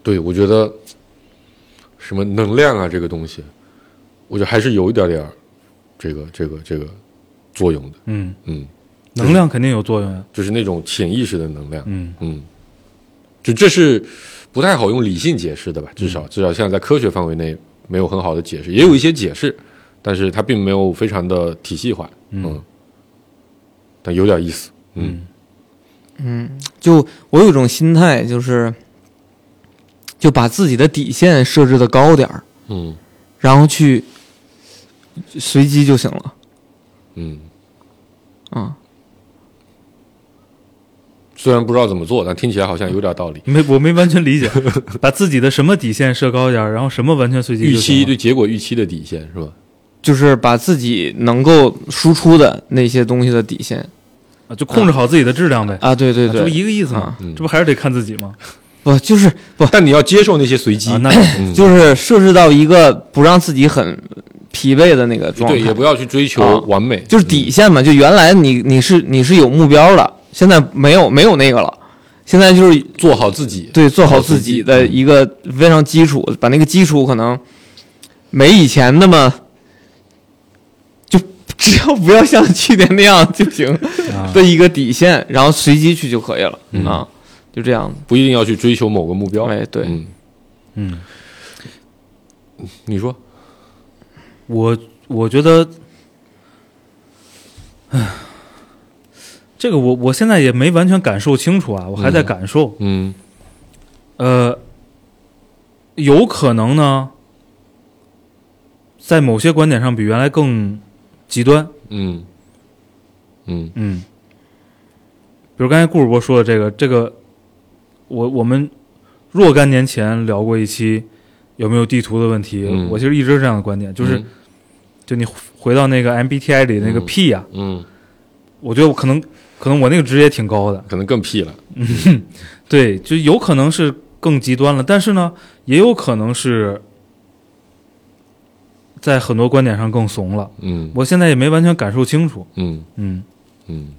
[SPEAKER 5] 对，我觉得什么能量啊，这个东西，我觉得还是有一点点儿这个这个这个作用的。
[SPEAKER 4] 嗯，
[SPEAKER 5] 嗯，
[SPEAKER 4] 能量肯定有作用呀，
[SPEAKER 5] 就是那种潜意识的能量。
[SPEAKER 4] 嗯
[SPEAKER 5] 嗯，就这是不太好用理性解释的吧？至少至少现在在科学范围内没有很好的解释，也有一些解释，但是它并没有非常的体系化。
[SPEAKER 4] 嗯
[SPEAKER 5] 嗯，但有点意思。嗯
[SPEAKER 4] 嗯
[SPEAKER 3] 嗯，就我有一种心态，就是就把自己的底线设置的高点儿，
[SPEAKER 5] 嗯
[SPEAKER 3] 然后去随机就行了
[SPEAKER 5] 嗯，
[SPEAKER 3] 啊。
[SPEAKER 5] 虽然不知道怎么做，但听起来好像有点道理。
[SPEAKER 4] 没我没完全理解，把自己的什么底线设高点儿，然后什么完全随机就
[SPEAKER 5] 预
[SPEAKER 4] 行
[SPEAKER 5] 期
[SPEAKER 4] 了
[SPEAKER 5] 对结果预期的底线是吧？
[SPEAKER 3] 就是把自己能够输出的那些东西的底线
[SPEAKER 4] 啊就控制好自己的质量呗，
[SPEAKER 3] 啊，对对
[SPEAKER 4] 啊这
[SPEAKER 3] 对，
[SPEAKER 4] 不一个意思吗
[SPEAKER 3] 啊？
[SPEAKER 5] 嗯
[SPEAKER 4] 这不还是得看自己吗？
[SPEAKER 3] 不就是不
[SPEAKER 5] 但你要接受那些随机，
[SPEAKER 4] 啊，那
[SPEAKER 5] 嗯
[SPEAKER 3] 就是设置到一个不让自己很疲惫的那个状
[SPEAKER 5] 对，也
[SPEAKER 3] 态，
[SPEAKER 5] 不要去追求
[SPEAKER 3] 啊
[SPEAKER 5] 完美，嗯
[SPEAKER 3] 就是底线嘛。就原来你你是你是有目标的，现在没有没有那个了，现在就是
[SPEAKER 5] 做好自己。
[SPEAKER 3] 对做好自己的一个非常基础，把那个基础可能没以前那么。就只要不要像去年那样就
[SPEAKER 5] [LAUGHS]
[SPEAKER 3] 行
[SPEAKER 4] 啊
[SPEAKER 3] 的一个底线，然后随机去就可以了、
[SPEAKER 5] 嗯
[SPEAKER 3] 啊，就这样子。
[SPEAKER 5] 不一定要去追求某个目标。
[SPEAKER 3] 哎对
[SPEAKER 5] 嗯，
[SPEAKER 4] 嗯，
[SPEAKER 5] 你说，
[SPEAKER 4] 我我觉得，唉，这个我我现在也没完全感受清楚啊，我还在感受。
[SPEAKER 5] 嗯
[SPEAKER 4] 呃，有可能呢，在某些观点上比原来更极端。
[SPEAKER 5] 嗯嗯
[SPEAKER 4] 嗯，比如刚才顾主播说的这个，这个我我们若干年前聊过一期有没有地图的问题，
[SPEAKER 5] 嗯
[SPEAKER 4] 我其实一直是这样的观点，就是、就你回到那个 MBTI 里那个
[SPEAKER 5] 嗯
[SPEAKER 4] P 呀、
[SPEAKER 5] 嗯，
[SPEAKER 4] 我觉得我可能可能我那个值也挺高的，
[SPEAKER 5] 可能更屁了。
[SPEAKER 4] 对，就有可能是更极端了。但是呢，也有可能是在很多观点上更怂了。
[SPEAKER 5] 嗯
[SPEAKER 4] 我现在也没完全感受清楚。
[SPEAKER 5] 嗯
[SPEAKER 4] 嗯
[SPEAKER 5] 嗯，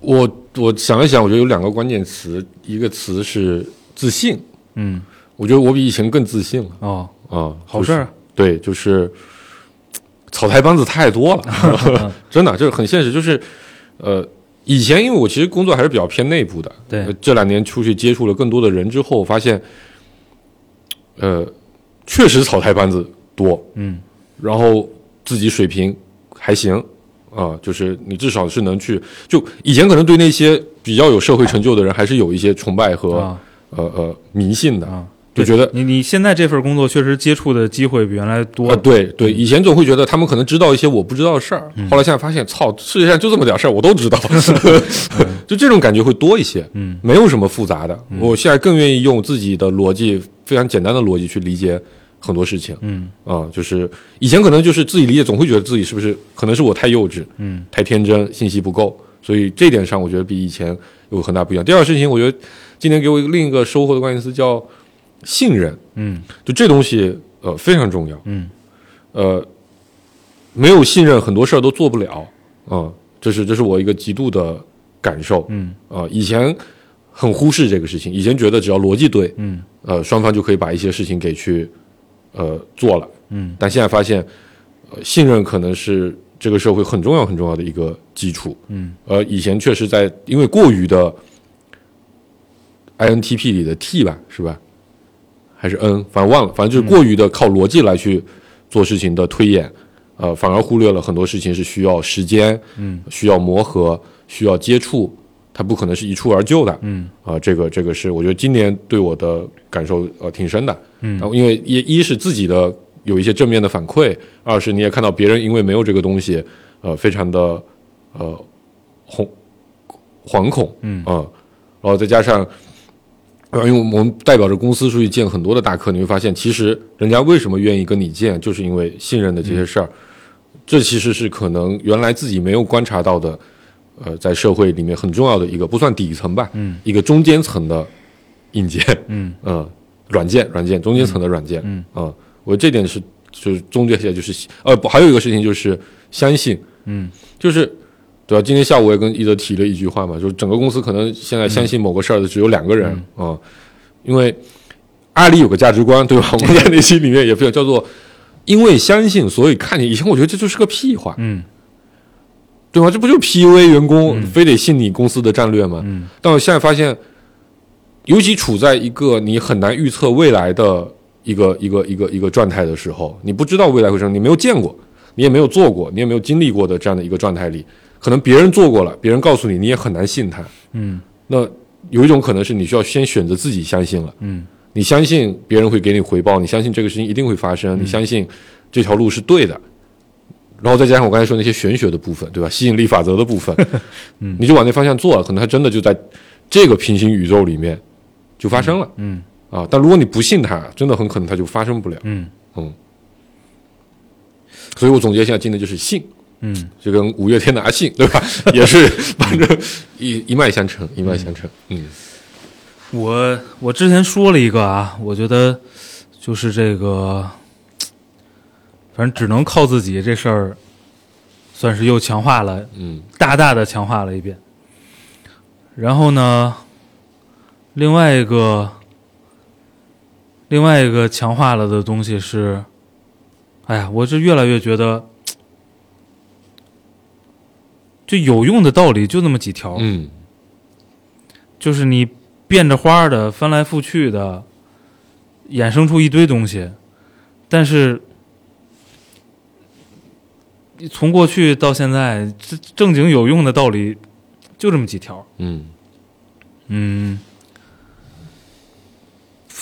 [SPEAKER 5] 我我想了想，我觉得有两个关键词，一个词是自信，
[SPEAKER 4] 嗯
[SPEAKER 5] 我觉得我比以前更自信了
[SPEAKER 4] 哦，
[SPEAKER 5] 啊，
[SPEAKER 4] 好事儿
[SPEAKER 5] 就是对，就是草台班子太多
[SPEAKER 4] [LAUGHS]
[SPEAKER 5] 了，真的就是很现实，就是呃，以前因为我其实工作还是比较偏内部的，
[SPEAKER 4] 对
[SPEAKER 5] 呃这两年出去接触了更多的人之后，我发现，呃，确实草台班子多，
[SPEAKER 4] 嗯
[SPEAKER 5] 然后自己水平还行啊、就是你至少是能去，就以前可能对那些比较有社会成就的人，还是有一些崇拜和、
[SPEAKER 4] 啊
[SPEAKER 5] 呃呃迷信的，
[SPEAKER 4] 啊，
[SPEAKER 5] 就觉得
[SPEAKER 4] 你你现在这份工作确实接触的机会比原来多嗯
[SPEAKER 5] 啊，
[SPEAKER 4] 了。
[SPEAKER 5] 对对，以前总会觉得他们可能知道一些我不知道的事儿，
[SPEAKER 4] 嗯
[SPEAKER 5] 后来现在发现，操，世界上就这么点事儿，我都
[SPEAKER 4] [LAUGHS]
[SPEAKER 5] 知道，就这种感觉会多一些，
[SPEAKER 4] 嗯，
[SPEAKER 5] 没有什么复杂的。我现在更愿意用自己的逻辑，非常简单的逻辑去理解很多事情，
[SPEAKER 4] 嗯
[SPEAKER 5] 啊、就是以前可能就是自己理解，总会觉得自己是不是可能是我太幼稚，
[SPEAKER 4] 嗯
[SPEAKER 5] 太天真，信息不够，所以这点上我觉得比以前有很大不一样。第二个事情，我觉得今年给我一个另一个收获的关键词叫信任，
[SPEAKER 4] 嗯
[SPEAKER 5] 就这东西呃非常重要。
[SPEAKER 4] 嗯
[SPEAKER 5] 呃，没有信任，很多事儿都做不了啊、这是这是我一个极度的感受
[SPEAKER 4] 嗯
[SPEAKER 5] 啊、以前很忽视这个事情，以前觉得只要逻辑对，
[SPEAKER 4] 嗯
[SPEAKER 5] 呃，双方就可以把一些事情给去呃做了。
[SPEAKER 4] 嗯
[SPEAKER 5] 但现在发现，呃，信任可能是这个社会很重要很重要的一个基础。
[SPEAKER 4] 嗯
[SPEAKER 5] 呃，以前确实在因为过于的 INTP 里的 T 吧，是吧？还是 N，反正忘了，反正就是过于的靠逻辑来去做事情的推演，呃，反而忽略了很多事情是需要时间，
[SPEAKER 4] 嗯，
[SPEAKER 5] 需要磨合，需要接触，它不可能是一蹴而就的，
[SPEAKER 4] 嗯
[SPEAKER 5] 啊、这个这个是我觉得今年对我的感受呃挺深的，
[SPEAKER 4] 嗯
[SPEAKER 5] 然后因为也一是自己的有一些正面的反馈，二是你也看到别人因为没有这个东西，呃，非常的呃惶惶恐，
[SPEAKER 4] 嗯
[SPEAKER 5] 啊、然后再加上。呃因为我们代表着公司出去见很多的大客，你会发现，其实人家为什么愿意跟你见，就是因为信任的这
[SPEAKER 4] 嗯
[SPEAKER 5] 些事儿。这其实是可能原来自己没有观察到的，呃，在社会里面很重要的一个，不算底层吧，
[SPEAKER 4] 嗯，
[SPEAKER 5] 一个中间层的硬件，
[SPEAKER 4] 嗯
[SPEAKER 5] 嗯，软件，软件，中间层的软件，
[SPEAKER 4] 嗯，
[SPEAKER 5] 啊、我这点是就是中间线就是呃，不，还有一个事情就是相信，
[SPEAKER 4] 嗯
[SPEAKER 5] 就是对吧、今天下午我也跟一德提了一句话嘛，就是整个公司可能现在相信某个事儿的只有两个人啊、因为阿里有个价值观，对吧？我们在那期里面也非常叫做因为相信所以看见，以前我觉得这就是个屁话，
[SPEAKER 4] 嗯
[SPEAKER 5] 对吧？这不就 PUA 员工、非得信你公司的战略吗？
[SPEAKER 4] 嗯
[SPEAKER 5] 但我现在发现，尤其处在一个你很难预测未来的一个一个一个一个状态的时候，你不知道未来会什么，你没有见过，你也没有做过，你也没有经历过的这样的一个状态里，可能别人做过了，别人告诉你，你也很难信他。
[SPEAKER 4] 嗯
[SPEAKER 5] 那有一种可能是你需要先选择自己相信了，
[SPEAKER 4] 嗯
[SPEAKER 5] 你相信别人会给你回报，你相信这个事情一定会发
[SPEAKER 4] 嗯
[SPEAKER 5] 生，你相信这条路是对的。然后再加上我刚才说那些玄学的部分，对吧？吸引力法则的
[SPEAKER 4] [LAUGHS]
[SPEAKER 5] 部分，
[SPEAKER 4] 嗯
[SPEAKER 5] 你就往那方向做了，可能它真的就在这个平行宇宙里面就发生了、
[SPEAKER 4] 嗯
[SPEAKER 5] 啊！但如果你不信它，真的很可能它就发生不了。
[SPEAKER 4] 嗯
[SPEAKER 5] 所以我总结一下，今天就是信，
[SPEAKER 4] 嗯，
[SPEAKER 5] 就跟五月天的阿信，对吧？也是反正一一脉相承，一脉相承。嗯
[SPEAKER 4] 我我之前说了一个啊，我觉得就是这个，反正只能靠自己这事儿，算是又强化了，
[SPEAKER 5] 嗯
[SPEAKER 4] 大大的强化了一遍。然后呢，另外一个另外一个强化了的东西是，哎呀，我是越来越觉得，就有用的道理就那么几条，
[SPEAKER 5] 嗯
[SPEAKER 4] 就是你变着花儿的翻来覆去的，衍生出一堆东西，但是从过去到现在，这正经有用的道理就这么几条。
[SPEAKER 5] 嗯
[SPEAKER 4] 嗯，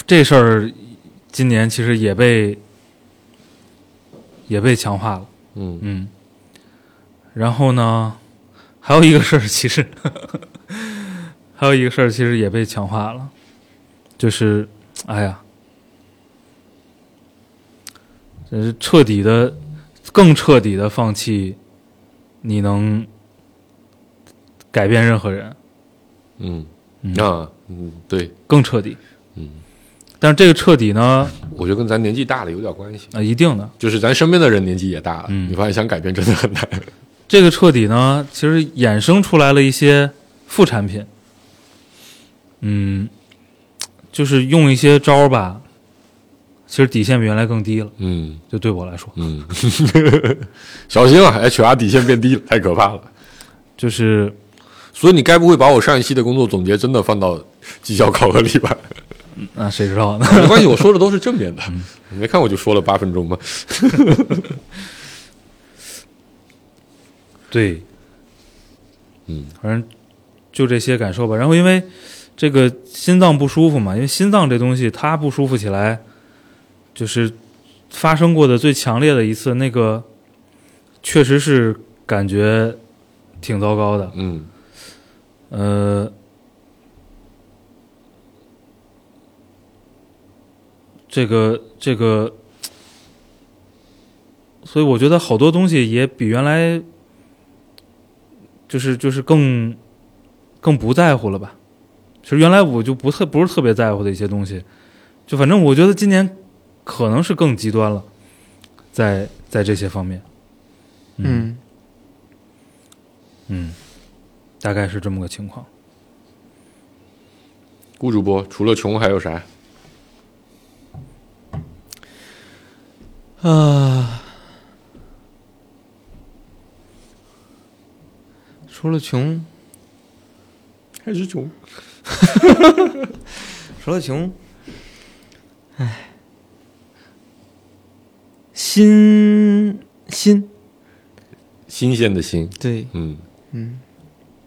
[SPEAKER 4] 这事儿今年其实也被也被强化了。
[SPEAKER 5] 嗯
[SPEAKER 4] 嗯，然后呢，还有一个事儿，其实 [LAUGHS] 还有一个事儿，其实也被强化了，就是哎呀，这是彻底的，更彻底的放弃你能改变任何人。
[SPEAKER 5] 嗯
[SPEAKER 4] 嗯
[SPEAKER 5] 啊，嗯，对，
[SPEAKER 4] 更彻底。
[SPEAKER 5] 嗯，
[SPEAKER 4] 但是这个彻底呢，
[SPEAKER 5] 我觉得跟咱年纪大了有点关系，
[SPEAKER 4] 啊，一定的，
[SPEAKER 5] 就是咱身边的人年纪也大了，
[SPEAKER 4] 嗯
[SPEAKER 5] 你发现想改变真的很难。
[SPEAKER 4] 这个彻底呢，其实衍生出来了一些副产品。嗯，就是用一些招儿吧，其实底线比原来更低了。
[SPEAKER 5] 嗯
[SPEAKER 4] 就对我来说，
[SPEAKER 5] 嗯，小心啊，HR 底线变低了，太可怕了。
[SPEAKER 4] 就是
[SPEAKER 5] 所以你该不会把我上一期的工作总结真的放到绩效考核里吧？
[SPEAKER 4] 那、啊谁知道呢？
[SPEAKER 5] [LAUGHS] 没关系，我说的都是正面的。你没看我就说了八分钟吗？
[SPEAKER 4] 对，
[SPEAKER 5] 嗯，
[SPEAKER 4] 反正就这些感受吧。然后因为这个心脏不舒服嘛，因为心脏这东西它不舒服起来，就是发生过的最强烈的一次，那个确实是感觉挺糟糕的。
[SPEAKER 5] 嗯
[SPEAKER 4] 呃，这个这个，所以我觉得好多东西也比原来就是就是更更不在乎了吧。其实原来我就不特不是特别在乎的一些东西，就反正我觉得今年可能是更极端了，在在这些方面，
[SPEAKER 3] 嗯，
[SPEAKER 4] 嗯，大概是这么个情况。
[SPEAKER 5] 顾主播除了穷还有啥？
[SPEAKER 3] 啊，除了穷，
[SPEAKER 5] 还是穷。
[SPEAKER 3] 除了穷，唉，心心
[SPEAKER 5] 新鲜的新，
[SPEAKER 3] 对，
[SPEAKER 5] 嗯
[SPEAKER 3] 嗯，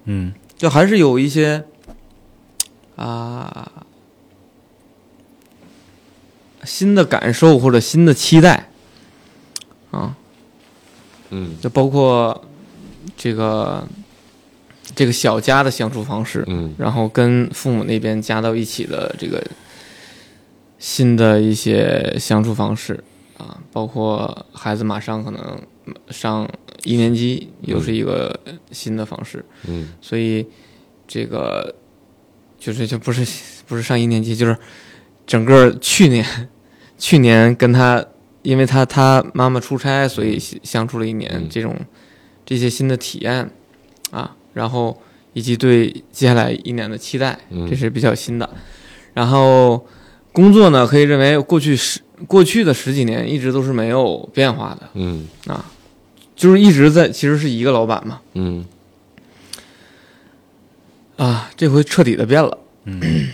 [SPEAKER 4] 嗯
[SPEAKER 3] 就还是有一些啊新的感受或者新的期待啊，
[SPEAKER 5] 嗯
[SPEAKER 3] 就包括这个这个小家的相处方式，
[SPEAKER 5] 嗯
[SPEAKER 3] 然后跟父母那边加到一起的这个新的一些相处方式啊，包括孩子马上可能上一年级，又是一个新的方式，
[SPEAKER 5] 嗯
[SPEAKER 3] 所以这个就是就不是不是上一年级，就是整个去年去年跟他，因为他他妈妈出差，所以相处了一年，
[SPEAKER 5] 嗯
[SPEAKER 3] 这种这些新的体验啊，然后以及对接下来一年的期待，
[SPEAKER 5] 嗯
[SPEAKER 3] 这是比较新的。然后工作呢，可以认为过去十过去的十几年一直都是没有变化的，啊
[SPEAKER 5] 嗯
[SPEAKER 3] 就是一直在其实是一个老板嘛。
[SPEAKER 5] 嗯
[SPEAKER 3] 啊，这回彻底的变了，
[SPEAKER 4] 嗯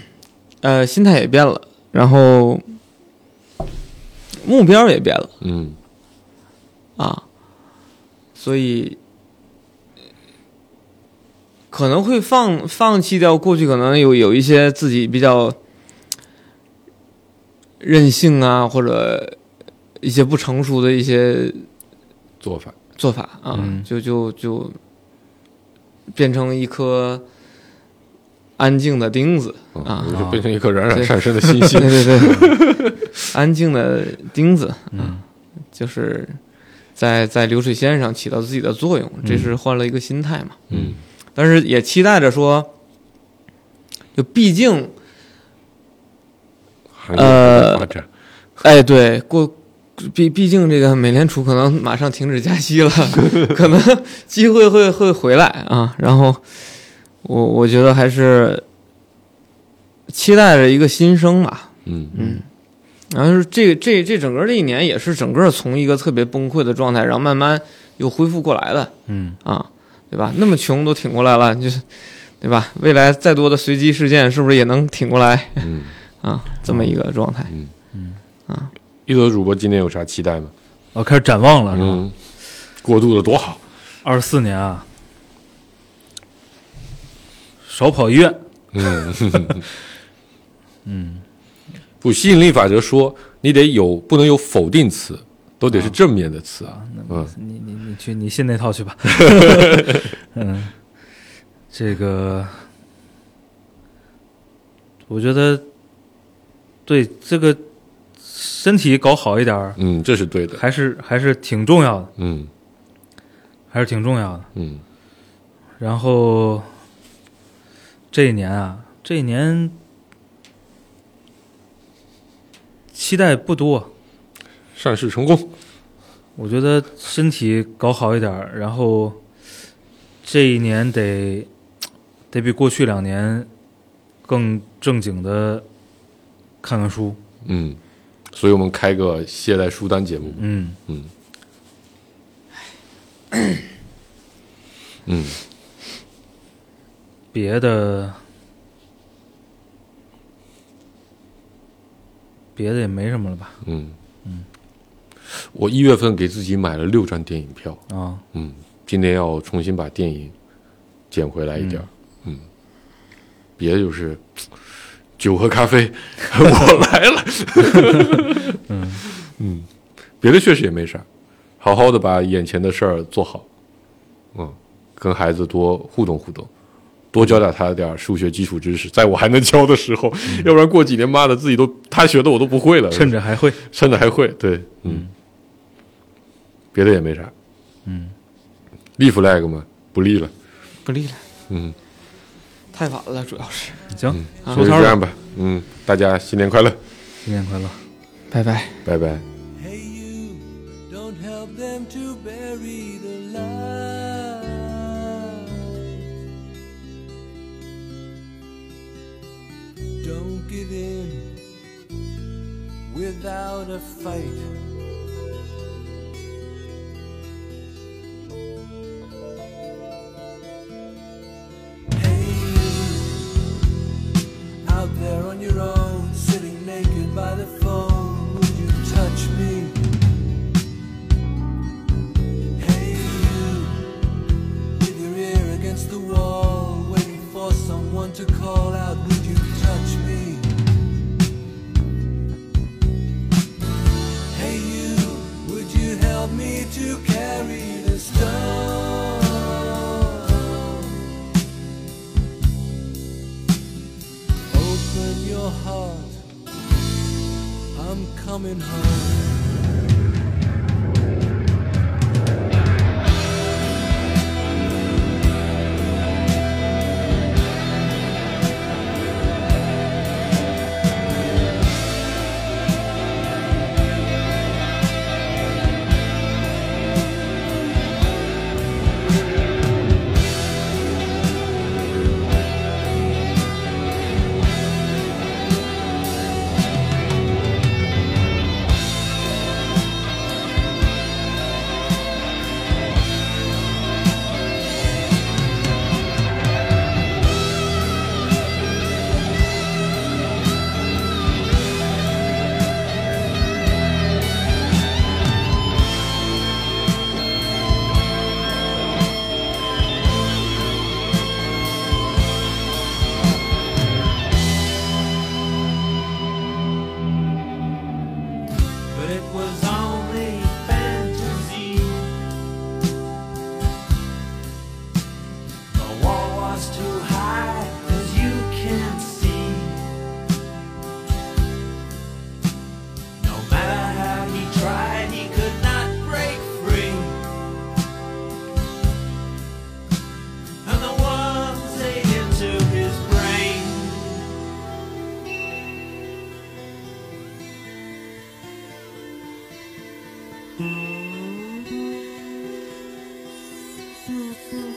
[SPEAKER 3] 呃，心态也变了，然后目标也变了
[SPEAKER 5] 嗯
[SPEAKER 3] 啊，所以呃可能会放放弃掉过去可能有有一些自己比较任性啊，或者一些不成熟的一些
[SPEAKER 5] 做法。
[SPEAKER 3] 做法啊，
[SPEAKER 4] 嗯
[SPEAKER 3] 就就就变成一颗安静的钉子
[SPEAKER 5] 嗯
[SPEAKER 3] 啊，
[SPEAKER 5] 我就变成一颗冉冉
[SPEAKER 3] 对
[SPEAKER 5] 上升的嗯新星
[SPEAKER 3] [LAUGHS] 对。对对， [LAUGHS] 安静的钉子，
[SPEAKER 4] 嗯
[SPEAKER 3] 就是在在流水线上起到自己的作用，这是换了一个心态嘛。
[SPEAKER 5] 嗯
[SPEAKER 3] 但是也期待着说，就毕竟，
[SPEAKER 5] 行业的发展，
[SPEAKER 3] 哎，对，过毕毕竟这个美联储可能马上停止加息了， [LAUGHS] 可能机会会会回来啊。然后我我觉得还是期待着一个新生吧，
[SPEAKER 5] 嗯
[SPEAKER 3] 嗯，然后就是这这这整个这一年也是整个从一个特别崩溃的状态，然后慢慢又恢复过来的
[SPEAKER 4] 嗯
[SPEAKER 3] 啊，对吧？那么穷都挺过来了，就是对吧？未来再多的随机事件是不是也能挺过来
[SPEAKER 5] 嗯
[SPEAKER 3] 啊？这么一个状态，
[SPEAKER 5] 嗯
[SPEAKER 4] 嗯
[SPEAKER 3] 啊。
[SPEAKER 5] 一泽主播今年有啥期待吗？
[SPEAKER 4] 我哦开始展望了，是吧？
[SPEAKER 5] 嗯，过渡的多好。
[SPEAKER 4] 二四年啊，少跑医院。
[SPEAKER 5] 嗯，不，吸引力法则说你得有不能有否定词，都得是正面的词啊。嗯
[SPEAKER 4] 你你你去，你信那套 [LAUGHS] 去吧。嗯，这个，我觉得，对这个身体搞好一点儿，
[SPEAKER 5] 嗯，这是对的。
[SPEAKER 4] 还是还是挺重要的，
[SPEAKER 5] 嗯
[SPEAKER 4] 还是挺重要的。
[SPEAKER 5] 嗯
[SPEAKER 4] 然后这一年啊，这一年期待不多，
[SPEAKER 5] 善事成功，
[SPEAKER 4] 我觉得身体搞好一点儿，然后这一年得得比过去两年更正经的看看书，
[SPEAKER 5] 嗯，所以我们开个懈怠书单节目，
[SPEAKER 4] 嗯，
[SPEAKER 5] 嗯，嗯，
[SPEAKER 4] 别的别的也没什么了吧？
[SPEAKER 5] 嗯，我一月份给自己买了六张电影票，
[SPEAKER 4] 啊，
[SPEAKER 5] 嗯，今年要重新把电影捡回来一点儿，嗯别的就是嘖酒和咖啡， [LAUGHS] 我来了， [LAUGHS] 嗯嗯，别的确实也没啥，好好的把眼前的事儿做好，嗯，跟孩子多互动互动。多教点他点儿数学基础知识，在我还能教的时候，要不然过几年妈的自己都他学的我都不会了。
[SPEAKER 4] 趁着还会，
[SPEAKER 5] 甚至还会对，嗯，别的也没啥，嗯，立 flag 嘛，不立了，
[SPEAKER 3] 不立了，
[SPEAKER 5] 嗯，
[SPEAKER 3] 太晚了，主要是。
[SPEAKER 4] 行，
[SPEAKER 5] 所
[SPEAKER 4] 收
[SPEAKER 5] 以
[SPEAKER 4] 摊
[SPEAKER 5] 就
[SPEAKER 4] 儿
[SPEAKER 5] 这
[SPEAKER 4] 吧
[SPEAKER 5] 样，吧，嗯，大家新年快乐，
[SPEAKER 4] 新年快乐。
[SPEAKER 3] 拜拜。
[SPEAKER 5] 拜拜。
[SPEAKER 2] Hey, you don't help them to bury the light. Don't give in without a fight. Hey, you out there on your own, sitting naked by the phone. Would you touch me? Hey, you, with your ear against the wall, waiting for someone to call out. Would you touch me? Hey, you, would you help me to carry the stone? Open your heart. I'm coming home.
[SPEAKER 6] but it was only fantasy. The wall was too high, as you can see. No matter how he tried, he could not break free. And the ones ate into his brain.
[SPEAKER 7] Mm-hmm.